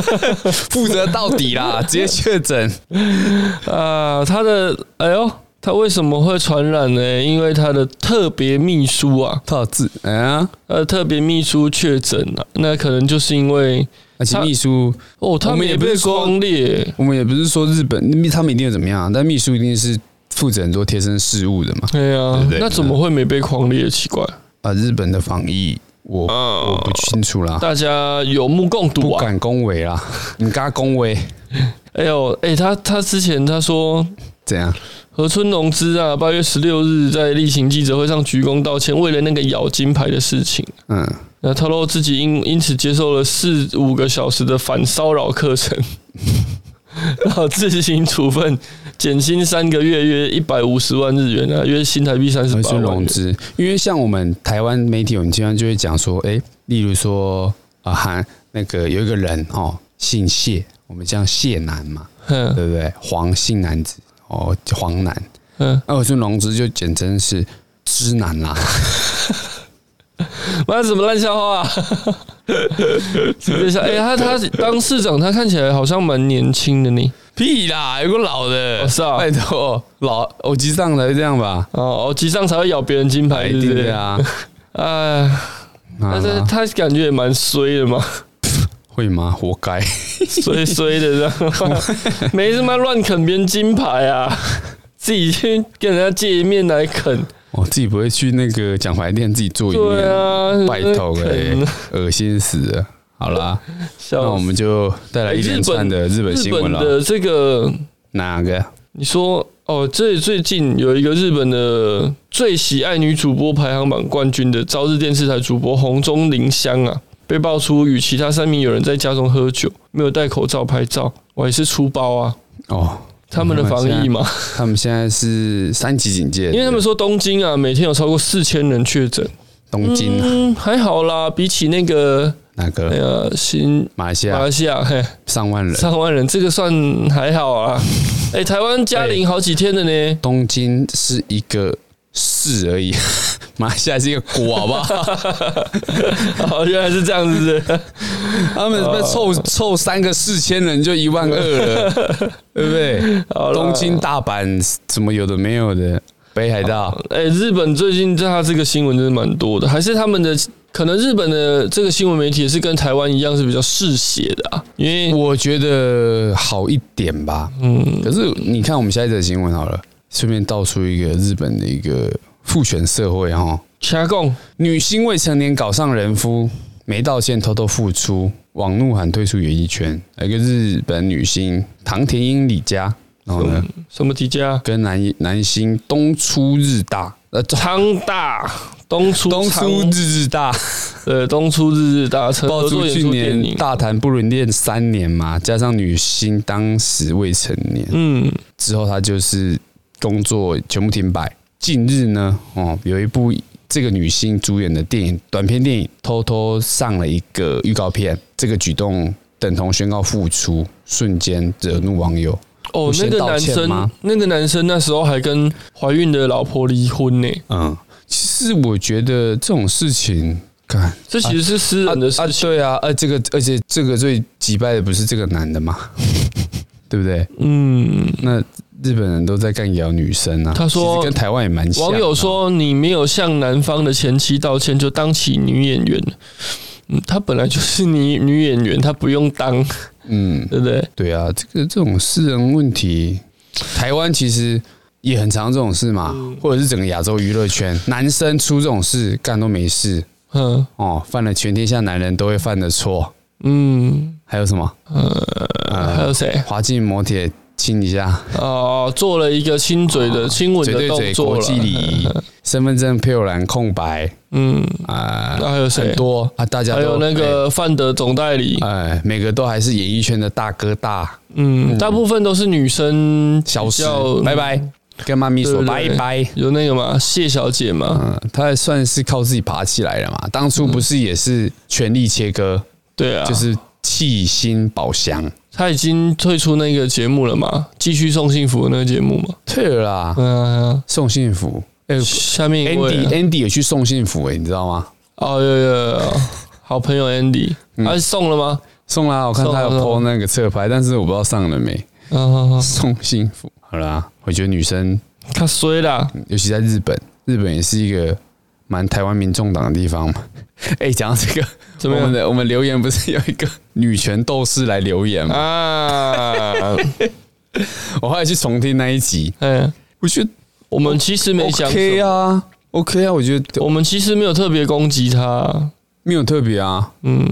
负责到底啦，直接确 (laughs) 诊。啊、他的哎呦，他为什么会传染呢？因为他的特别秘书啊，套字，嗯、啊，呃，特别秘书确诊了，那可能就是因为而且秘书，哦，他我们们也也不被是说光列，我们也不是说日本他们一定怎么样，但秘书一定是负责很多贴身事务的嘛。对呀、对不对那怎么会没被狂列？奇怪，啊，日本的防疫，我、我不清楚啦，大家有目共睹不啊！敢恭维啦，你跟他恭维哎呦，哎、他他之前他说怎样？河村隆之啊，八月十六日在例行记者会上鞠躬道歉，为了那个咬金牌的事情，嗯，那透露自己因因此接受了四五个小时的反骚扰课程， (laughs) 然后自行处分，减薪三个月，约一百五十万日元啊，约新台币三十而八去万融元。资，因为像我们台湾媒体，我们经常就会讲说，哎、例如说啊，韩那个有一个人哦，姓谢，我们叫谢男嘛，嗯对不对？黄姓男子哦，黄男，嗯，那我说龙之就简称是知男啦，妈什么烂笑话、啊？ (laughs) 直接笑哎、他他当市长，他看起来好像蛮年轻的呢。屁啦，有个老的，哦是啊 (laughs) 拜托，老偶机上才会这样吧？哦，哦，集上才会咬别人金牌，哎对不对对？啊，哎，啊 (laughs) 但是他感觉也蛮衰的 (laughs) 嘛，会吗？活该， (laughs) 衰衰的这样，没他妈乱啃别人金牌啊，自己去跟人家借一面来啃，我自己不会去那个奖牌店自己做一面，对啊，拜托哎啃，恶心死了。好啦，笑那我们就带来一连串的日本哎日新闻本了。的这个，哪个？你说哦，这最近有一个日本的最喜爱女主播排行榜冠军的朝日电视台主播红中绫香啊，被爆出与其他三名友人在家中喝酒，没有戴口罩拍照，我也是出包啊。哦，他们的防疫嘛，他们现在是三级警戒，因为他们说东京啊，每天有超过四千人确诊，东京啊嗯，还好啦，比起那个哪那个个新马来西马亚来西亚，嘿，上万人，上万人，这个算还好 (laughs) 啊。哎、台湾嘉陵好几天了呢，东京是一个市而已， (laughs) 马来西亚是一个国，好不好？哦，原来是这样 (laughs) 子的，他们哦被凑凑三个四千人就一万二 (laughs) 了，对不对？好啦东京、大阪什么有的没有的，北海道哎、日本最近他这个新闻真的蛮多的，还是他们的可能日本的这个新闻媒体也是跟台湾一样是比较嗜血的啊，因为我觉得好一点吧。嗯，可是你看我们下一则新闻好了，顺便道出一个日本的一个父权社会哈、掐供女星未成年搞上人夫，没道歉偷偷复出，网怒喊退出演艺圈。有一个日本女星唐田嗯英里佳，然后呢什么迪迦跟男男星东出日大，呃，中昌大东出东昌叔日日 (laughs) 大，呃东出日日大成爆哦合作出演去出电年影，大谈不伦恋三年嘛，加上女星当时未成年，嗯，之后他就是工作全部停摆。近日呢，哦，有一部这个女星主演的电影短片电影，偷偷上了一个预告片，这个举动等同宣告复出，瞬间惹怒网友。哦不，那先个道男歉生吗，那个男生那时候还跟怀孕的老婆离婚呢，嗯，其实我觉得这种事情，看这其实是私啊人的事啊，情。对啊，呃，这个而且这个最击败的不是这个男的嘛，对不对？嗯，那日本人都在干咬女生啊，他说其实跟台湾也蛮像的啊。网友说你没有向男方的前妻道歉，就当起女演员。嗯，她本来就是女女演员，她不用当，嗯，对不对？对啊，这个这种私人问题，台湾其实也很常这种事嘛，或者是整个亚洲娱乐圈，男生出这种事干都没事嗯哦，犯了全天下男人都会犯的错。嗯，还有什么？啊还有谁？滑进摩铁亲一下，哦，做了一个亲嘴的亲吻啊嘴的对动嘴，作国际礼了。仪， (laughs) 身份证配偶栏空白嗯，啊，那还有谁很？多啊，大家都还有那个范德总代理，哎，哎每个都还是演艺圈的大哥大嗯，大部分都是女生消失叫，拜拜，跟妈咪说对拜对对拜。有那个嘛，谢小姐嘛，嗯，他还算是靠自己爬起来了嘛。当初不是也是全力切割，对啊，就是弃薪保箱，她已经退出那个节目了嘛，继续送幸福的那个节目嘛，退了啦，嗯、啊，送幸福。哎、下面一 a n 位 d y 啊 Andy 也去送幸福哎、你知道吗？哦，有有有，好朋友 Andy，啊，嗯送了吗？送啦，我看他有送了 PO 那个侧拍，但是我不知道上了没。啊嗯、送幸福，好啦，我觉得女生，他衰啦，尤其在日本，日本也是一个蛮台湾民众党的地方嘛。 (laughs) 哎、讲到这个，怎么我样们的我们留言不是有一个女权斗士来留言吗？啊，我后来去重听那一集，哎，我觉得我们其实没讲什 OK 么。啊，OK 啊，我觉得我们其实没有特别攻击他，没有特别啊，嗯，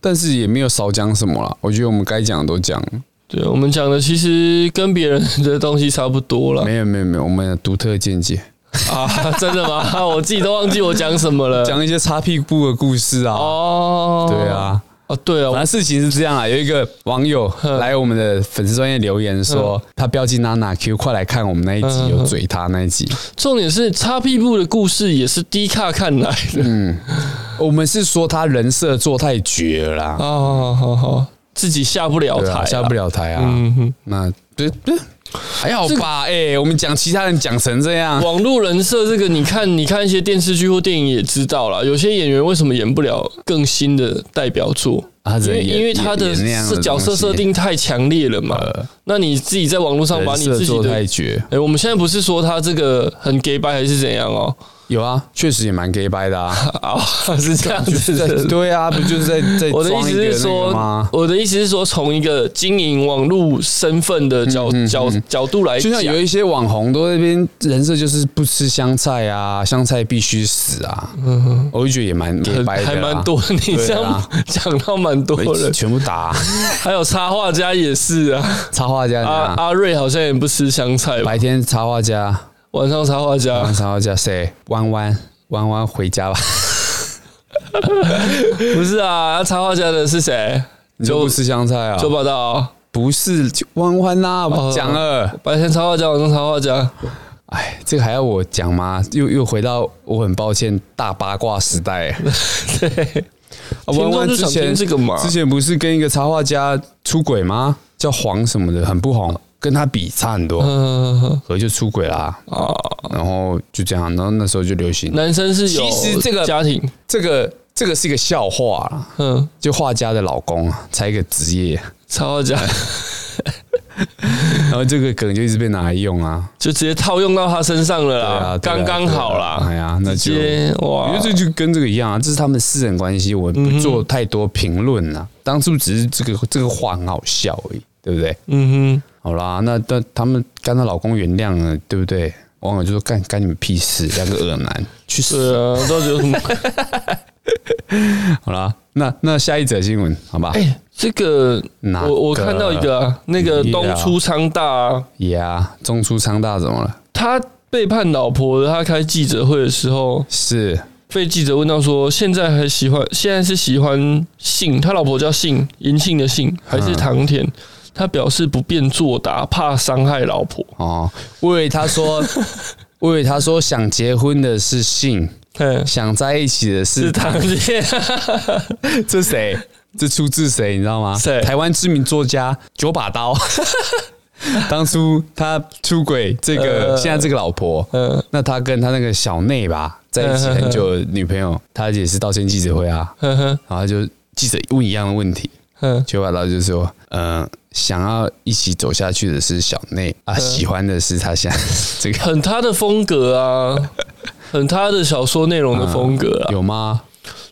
但是也没有少讲什么啦。我觉得我们该讲的都讲，了。对，我们讲的其实跟别人的东西差不多了没有没有没有，我们有独特见解，啊， (laughs) 真的吗？ (laughs) 我自己都忘记我讲什么了。讲一些擦屁股的故事啊。哦，对，啊，哦对啊，反正我事情是这样啊，有一个网友来我们的粉丝专业留言说，他标记娜娜 Q，快来看我们那一集嗯有嘴他那一集，重点是擦屁股的故事也是低卡看来的。嗯我们是说他人设做太绝了啦，哦，好好，自己下不了对台啊啊，下不了台啊，嗯哼。那对对，还好吧？哎，我们讲其他人讲成这样，网络人设这个，你看，你 (laughs) 看一些电视剧或电影也知道啦，有些演员为什么演不了更新的代表作？啊因为因为他的是角色设定太强烈了嘛。那你自己在网络上把你自己呃做的太……绝，哎、我们现在不是说他这个很 gay 白还是怎样哦？ (laughs) 有啊，确实也蛮 gay 掰的啊。啊， (laughs) 是这样就是在子。对啊，不就是在在我的意装一思个是那个说吗，？我的意思是说，从一个经营网络身份的嗯角角角度来就讲，像有一些网红都在那边人设就是不吃香菜啊，香菜必须死啊，我就觉得也蛮 gay 很掰的嗯啊，还 (laughs) 蛮多，你这样讲到蛮多人，全部打 (laughs) 啊还有插画家也是啊，插画家阿怎样阿瑞好像也不吃香菜吧，哎白啊天插画家，晚上插画晚家上插画家谁？弯弯弯弯回家 (laughs) 吧，不是啊，插画家的是谁？你就不吃香菜啊？周报道哦，不是就弯弯啦，我讲了。白天插画家，晚上插画家， (laughs) 哎，这个还要我讲吗？又又回到我很抱歉大八卦时代。对，啊听众就想听这个嘛之前不是跟一个插画家出轨吗？叫黄什么的，很不红，跟他比差很多，嗯可就出轨啦。啊，然后就这样，然后那时候就流行男生是有其实这个家庭，这个，这个是一个笑话啦。嗯，就画家的老公啊，才一个职 (laughs) 业，插画哎家然后这个梗就一直被拿来用啊。就直接套用到他身上了对啊啦，对啊刚刚好啦，对啊哎呀那直就接哇我觉得这就跟这个一样啊，这是他们私人关系，我嗯不做太多评论啦。当初只是这个这个话很好笑而已，对不对？嗯好啦，那但他们干她老公原谅了，对不对？网友就说干干你们屁事，两个恶男 (laughs) 去哼，对死！啊，到底有什 (laughs) 么？好啦，那那下一则新闻，好吧？哎，这个哪我我看到一个啊，那个你啊东出昌大啊。也啊，中出昌大怎么了？他背叛老婆的他开记者会的时候，是被记者问到说，现在还喜欢，现在是喜欢信，他老婆叫信，银杏的杏，还是唐田？嗯他表示不便作答，怕伤害老婆。哦。我以为他说，我以为他说想结婚的是性，嗯，想在一起的是是唐 (laughs) 田，这谁？这出自谁？你知道吗？谁台湾知名作家九把刀。当初他出轨这个、呃现在这个老婆，嗯那他跟他那个小内吧在一起很久的女朋嗯友，他也是道歉记者会啊，呵呵，然后就记者问一样的问题，嗯，九把刀就说，呃，想要一起走下去的是小内啊，嗯喜欢的是他现在 (laughs) 这个很他的风格 (laughs) 啊，很他的小说内容的风格啊，有吗？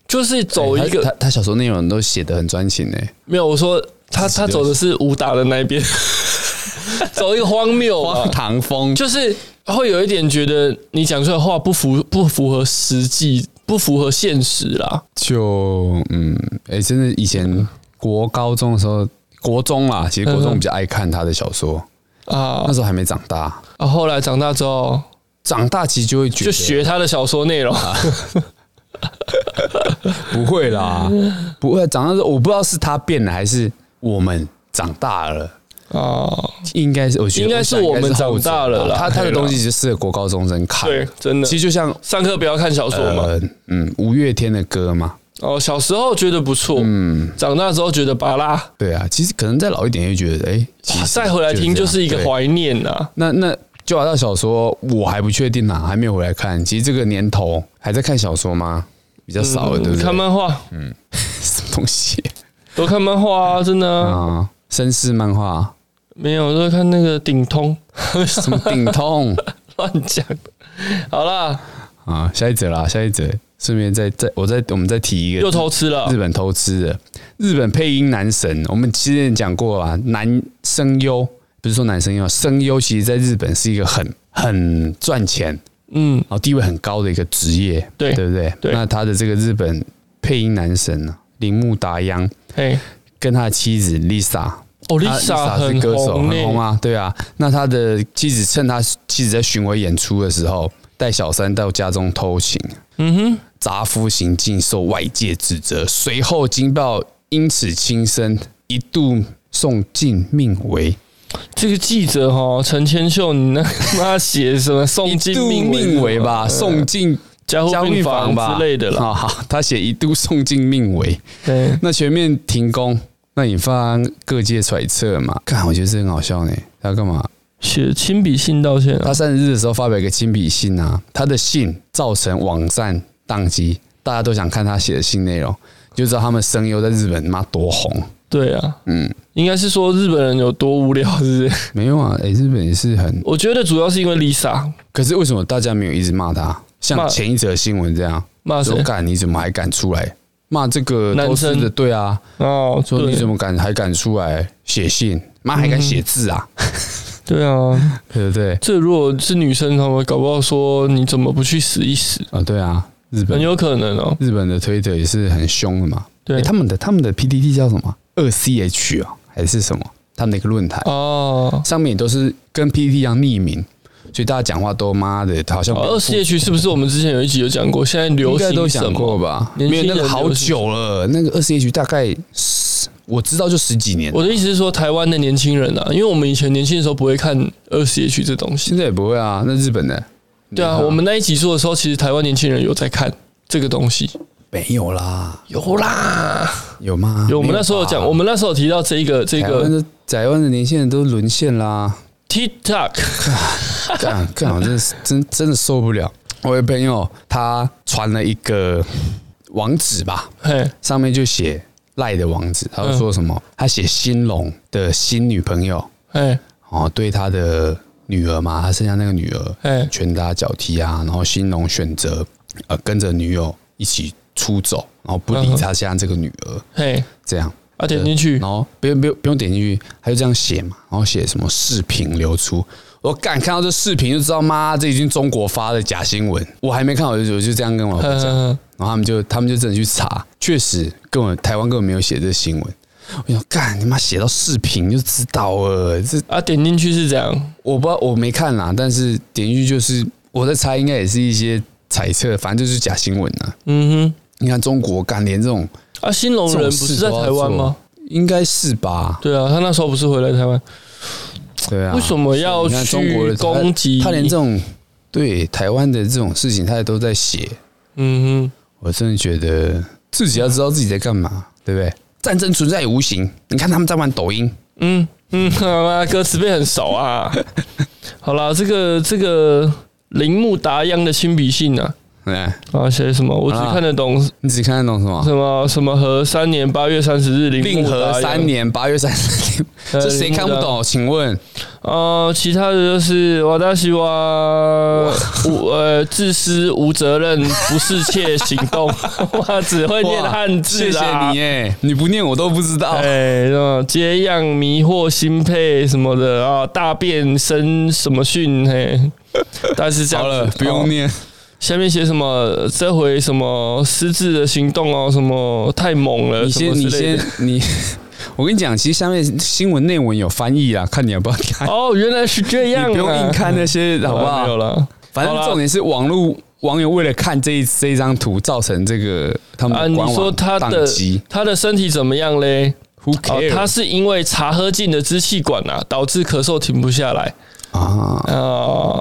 就是走哎一个他他他小说内容都写的很专情呢、没有，我说他他走的是武打的那一 (laughs) 边，走一个荒谬嘛荒唐风就是会有一点觉得你讲出来的话不符不符合实际，不符合现实啦。就嗯，哎、真的以前国高中的时候，国中啦，其实国中嗯比较爱看他的小说，啊那时候还没长大，啊！后来长大之后长大其实就会觉得就学他的小说内容，啊不 (laughs) 会啦，不会长大之后，我不知道是他变了还是我们长大了。啊，应该是，我觉得应该是我想我们应该是后长大了者吧啦他他的对啦东西就适合国高中生看。对，真的。其实就像上课不要看小说嘛。呃嗯，五月天的歌嘛，哦，小时候觉得不错，嗯，长大之后觉得拔拉，对啊。其实可能再老一点，就觉得哎、其实再回来听就是一这个样。对怀念啊呐。那那就好到小说，我还不确定啊，还没有回来看。其实这个年头还在看小说吗？比较少哦了，对不对？看漫画，什么东西都看漫画啊，真的啊。啊？绅士漫画，没有，我都在看那个顶通， (laughs) 什么顶痛乱讲的。好啦，啊？下一则啦，下一则，顺便再再我再我们再提一个又偷吃了日。本偷吃的，日本配音男神，我们之前讲过啊，男声优不是说男声优，声优其实在日本是一个很很赚钱，嗯，然后地位很高的一个职业，对对不对？对那他的这个日本配音男神呢、铃木达央哎，跟他的妻子 Lisa。哦啊，Lisa 是很歌手，红欸很呢红啊，对啊。那他的妻子趁他妻子在巡回演出的时候，带小三到家中偷情，嗯哼，杂夫行径受外界指责，随后惊爆，因此轻生，一度送进命危，欸这个记者哈，陈千秀，你那妈写什么送一进度命命危 (laughs) 吧，送进呃加护病房房吧啊之类的啦。好好，他写一度送进命危，对，那全面停工，那引发各界揣测嘛。看，我觉得这很好笑呢。他干嘛？写亲笔信道歉啊他。三十日的时候发表一个亲笔信啊，他的信造成网站宕机，大家都想看他写的信内容，就知道他们声优在日本他妈多红。对啊，嗯，应该是说日本人有多无聊，是不是？没有啊，诶，日本也是很，我觉得主要是因为 Lisa 可是为什么大家没有一直骂他？像骂前一则新闻这样，骂说谁？干你怎么还敢出来骂这个男都是生的？对啊，哦，说你怎对，嗯么敢还敢出来写信？妈还敢写字啊？ (laughs) 对啊，对不对？这如果是女生，他们搞不好说你怎么不去死一死，啊，对啊，日很本有可能哦。日本的推特也是很凶的嘛。对诶他们的他们的 PDD 叫什么？二 CH 啊，还是什么？他们的一个论坛哦，上面也都是跟 PDD 一样匿名，所以大家讲话都妈的好像哦二负十 H 是不是我们之前有一集有讲过？现在流应该行都什讲过么？吧？年没有轻那人个好流行久了，那个二 CH 大概十我知道就十几年了，我的意思是说，台湾的年轻人啊，因为我们以前年轻的时候不会看二十 H 这东西现。在也不会啊。那日本的对啊，你看我们那一集做的时候，其实台湾年轻人有在看这个东西。没有啦，有啦，有吗？有我们没那时候有吧讲，我们那时候有提到这一个这台湾个的台湾的年轻人都沦陷啦。 TikTok，干干，我真的是真真的受不了。我有朋友他传了一个网址吧，嘿，上面就写赖的网址，他就说什么、他写新龙的新女朋友嘿，哦，对他的女儿嘛，他剩下那个女儿嘿拳打脚踢啊，然后新龙选择呃跟着女友一起出走，然后不理他现在这个女儿嘿，这样。啊，点进去然，后不用不用不用点进去，他就这样写嘛，然后写什么视频流出。我敢看到这视频就知道，妈，这已经中国发的假新闻。我还没看，我就我就这样跟我老婆嗯讲，嗯然后他们就他们就真的去查，确实根本台湾根本没有写这新闻，我想干你妈写到视频就知道了，这啊，点进去是这样，我不知道我没看啦，但是点进去就是我在猜，应该也是一些猜测，反正就是假新闻啊。嗯你看中国干连这种哼，啊，新龙人不是在台湾吗？？这种事都要做应该是吧？对啊，他那时候不是回来台湾？对啊，为什么要你看中国的去攻击他他连这种对台湾的这种事情，他也都在写。嗯我真的觉得自己要知道自己在干嘛，对不对？战争存在于无形，你看他们在玩抖音，哼，嗯嗯，妈歌词背很熟啊。好啦，这个这个铃木达央的亲笔信啊，对，啊写什么？我只啊看得懂你只看得懂什么？什么什么和三年八月三十日铃令木达和央三年八月三 (laughs) 十日，呃这谁看不懂？请问哦，其他的就是我大西瓜无呃自私、无责任、不世切行动，我只会念哇汉字谢谢啦。你哎，你不念我都不知道。哎，什么接样迷惑心配什么的啊，大便生什么训 (laughs) 嘿，但是这样好子了，不用。哦念。下面写什么？这回什么失智的行动哦，什么太猛了，你呃什么先，之你类先的。，你， (laughs) 我跟你讲，其实下面新闻内文有翻译啊，看你要不要看。哦，原来是这样、啊，你不用硬看那些，好不啊没有好？了。反正重点是网络网友为了看这一这一张图，造成这个他们啊，的你官说网他宕的机。他的身体怎么样嘞？ Who 哦， cares？他是因为茶喝进的支气管啊，导致咳嗽停不下来啊，啊、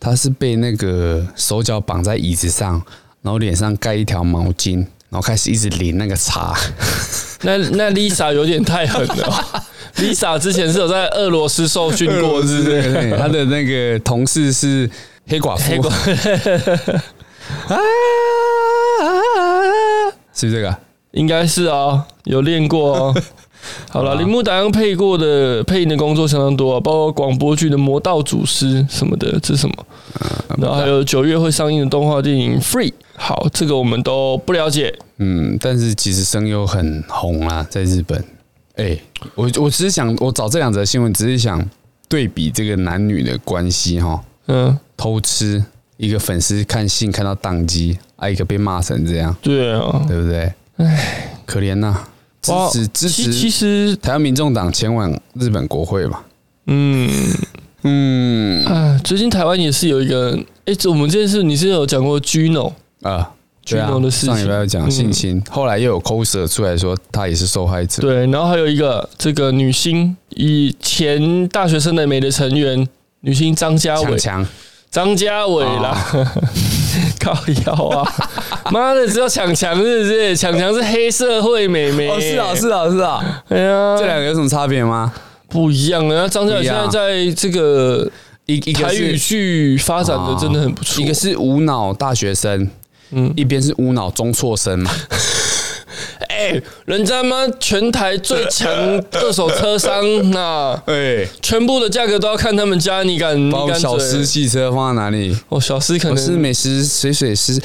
他是被那个手脚绑在椅子上，然后脸上盖一条毛巾，然后开始一直淋那个茶。 (laughs) 那那 Lisa 有点太狠了 (laughs) 哦、Lisa 之前是有在俄罗斯受训过，是不对是？对 (laughs) 对他的那个同事是黑寡妇，黑寡啊，是不是这个？应该是啊，有练过哦。 (laughs) 好了，铃木达央配过的配音的工作相当多啊，包括广播剧的《魔道祖师》什么的，这是什么？啊然后还有九月会上映的动画电影《Free》。好，这个我们都不了解。嗯，但是其实声优很红啦，在日本。哎、我我只是想，我找这两则新闻，只是想对比这个男女的关系哈。嗯，偷吃，一个粉丝看信看到宕机，啊，一个被骂成这样，对啊，对不对？哎，可怜呐、支哇持支其其持实，台湾民众党前往日本国会吧。嗯嗯啊，最近台湾也是有一个，哎、这我们这件事你是有讲过 Gino，啊，对啊 Gino 的，事情嗯上礼拜有讲性侵，后来又有 coser 出来说他也是受害者。对，然后还有一个这个女星，以前大学生的美的成员，女星张家强啊伟，强，张家伟啦， (laughs) 靠腰 (laughs) 啊，妈的，只有抢强是不是？抢强是黑社会美眉，啊是啊，哎呀，这两个有什么差别吗？不一样啊，张家伟不一现样在在这个一一个台语是啊剧发展的真的很不错，一个是无脑大学生，嗯，一边是无脑中辍生 (laughs) 嘛，哎、人家妈全台最 (laughs) 强二手车商那、哎，全部的价格都要看他们家，你敢？你把我敢小嘴司汽车放在哪里？哦，小诗可我能是美食水水师，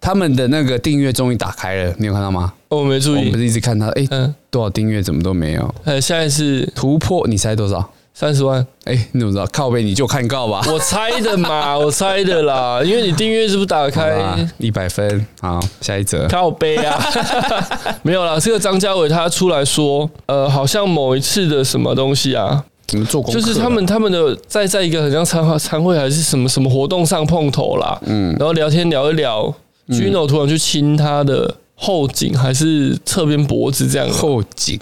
他们的那个订阅终于打开了，你有看到吗？哦，我没注我们不意。是一直看他，哎、嗯，多少订阅怎么都没有呃，现在是突破？你猜多少？三十 (laughs) 万，哎、你怎么知道？靠背你就看告吧。我猜的嘛，我猜的啦，因为你订阅是不是打开？一百分，好，下一则。靠背啊， (laughs) 没有啦。这个张家伟他出来说，呃，好像某一次的什么东西啊，你们做功课就了是他们他们的在在一个很像参会参会还是什么什么活动上碰头啦，嗯，然后聊天聊一聊、g 嗯 i n o 突然去亲他的后颈还是侧边脖子这样，后颈，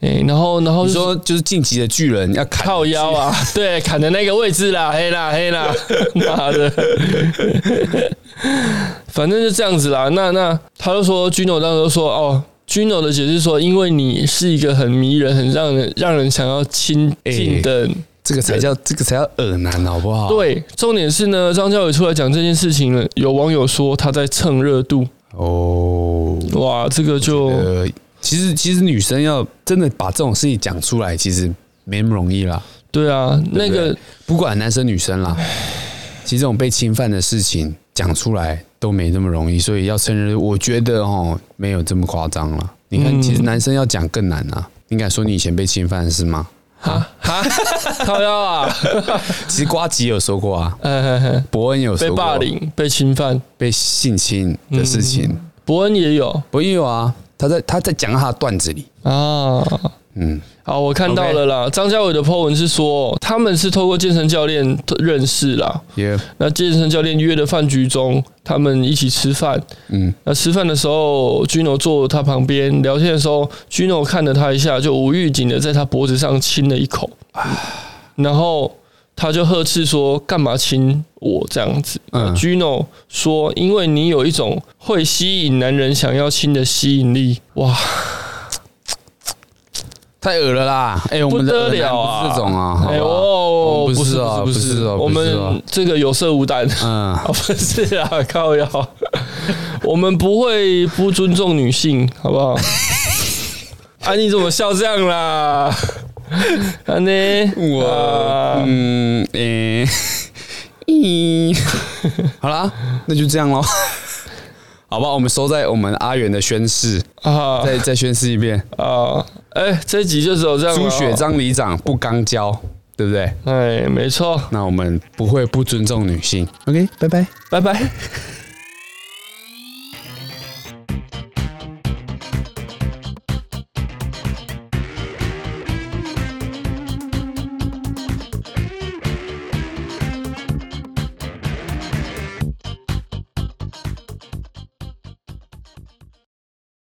哎、然后然后你就说就是晋级的巨人要砍靠腰啊， (laughs) 对，砍的那个位置啦，黑啦黑啦，妈的，反正就这样子啦。那那他就说，Gino 当时就说，哦，Gino 的解释说，因为你是一个很迷人、很让人让人想要亲近的。这个才叫这个才叫耳男，好不好？对，重点是呢，张家伟出来讲这件事情了，有网友说他在蹭热度，哦，哇，这个就呃，其实其实女生要真的把这种事情讲出来，其实没那么容易啦。对啊，那对不对个不管男生女生啦，其实这种被侵犯的事情讲出来都没那么容易，所以要承认，我觉得哦，没有这么夸张了。你看，嗯其实男生要讲更难啊。你敢说你以前被侵犯是吗？哈，靠腰啊，其实瓜吉有说过啊，嘿嘿嘿伯恩有说被嗯过啊他在他在讲他的段子里，啊，嗯，好，我看到了啦。张家伟的 po 文是说，他们是透过健身教练认识啦。也、那健身教练约的饭局中，他们一起吃饭。嗯，那吃饭的时候，Gino 坐他旁边，聊天的时候，Gino 看了他一下，就无预警的在他脖子上亲了一口，然后他就呵斥说：“干嘛亲我这样子？”嗯 Gino 说：“因为你有一种会吸引男人想要亲的吸引力。”哇，太恶了啦！哎、我不们的得恶男了啊！不是这种啊，好吧哎哦，我们不是哦啊，，不是啊，我不是啊们这个有色无胆。 (laughs) 嗯，啊，不是啊，靠腰， (laughs) 我们不会不尊重女性，好 (laughs) 不好？啊，你怎么笑这样啦？啊呢，我啊嗯诶， (laughs) 咦、好啦，那就这样喽，好吧，我们收在我们阿元的宣誓，啊再再宣誓一遍，啊！哎，这集就只有这样了朱雪，张里长不刚交，对不对？哎，没错，那我们不会不尊重女性，OK，拜拜。拜拜。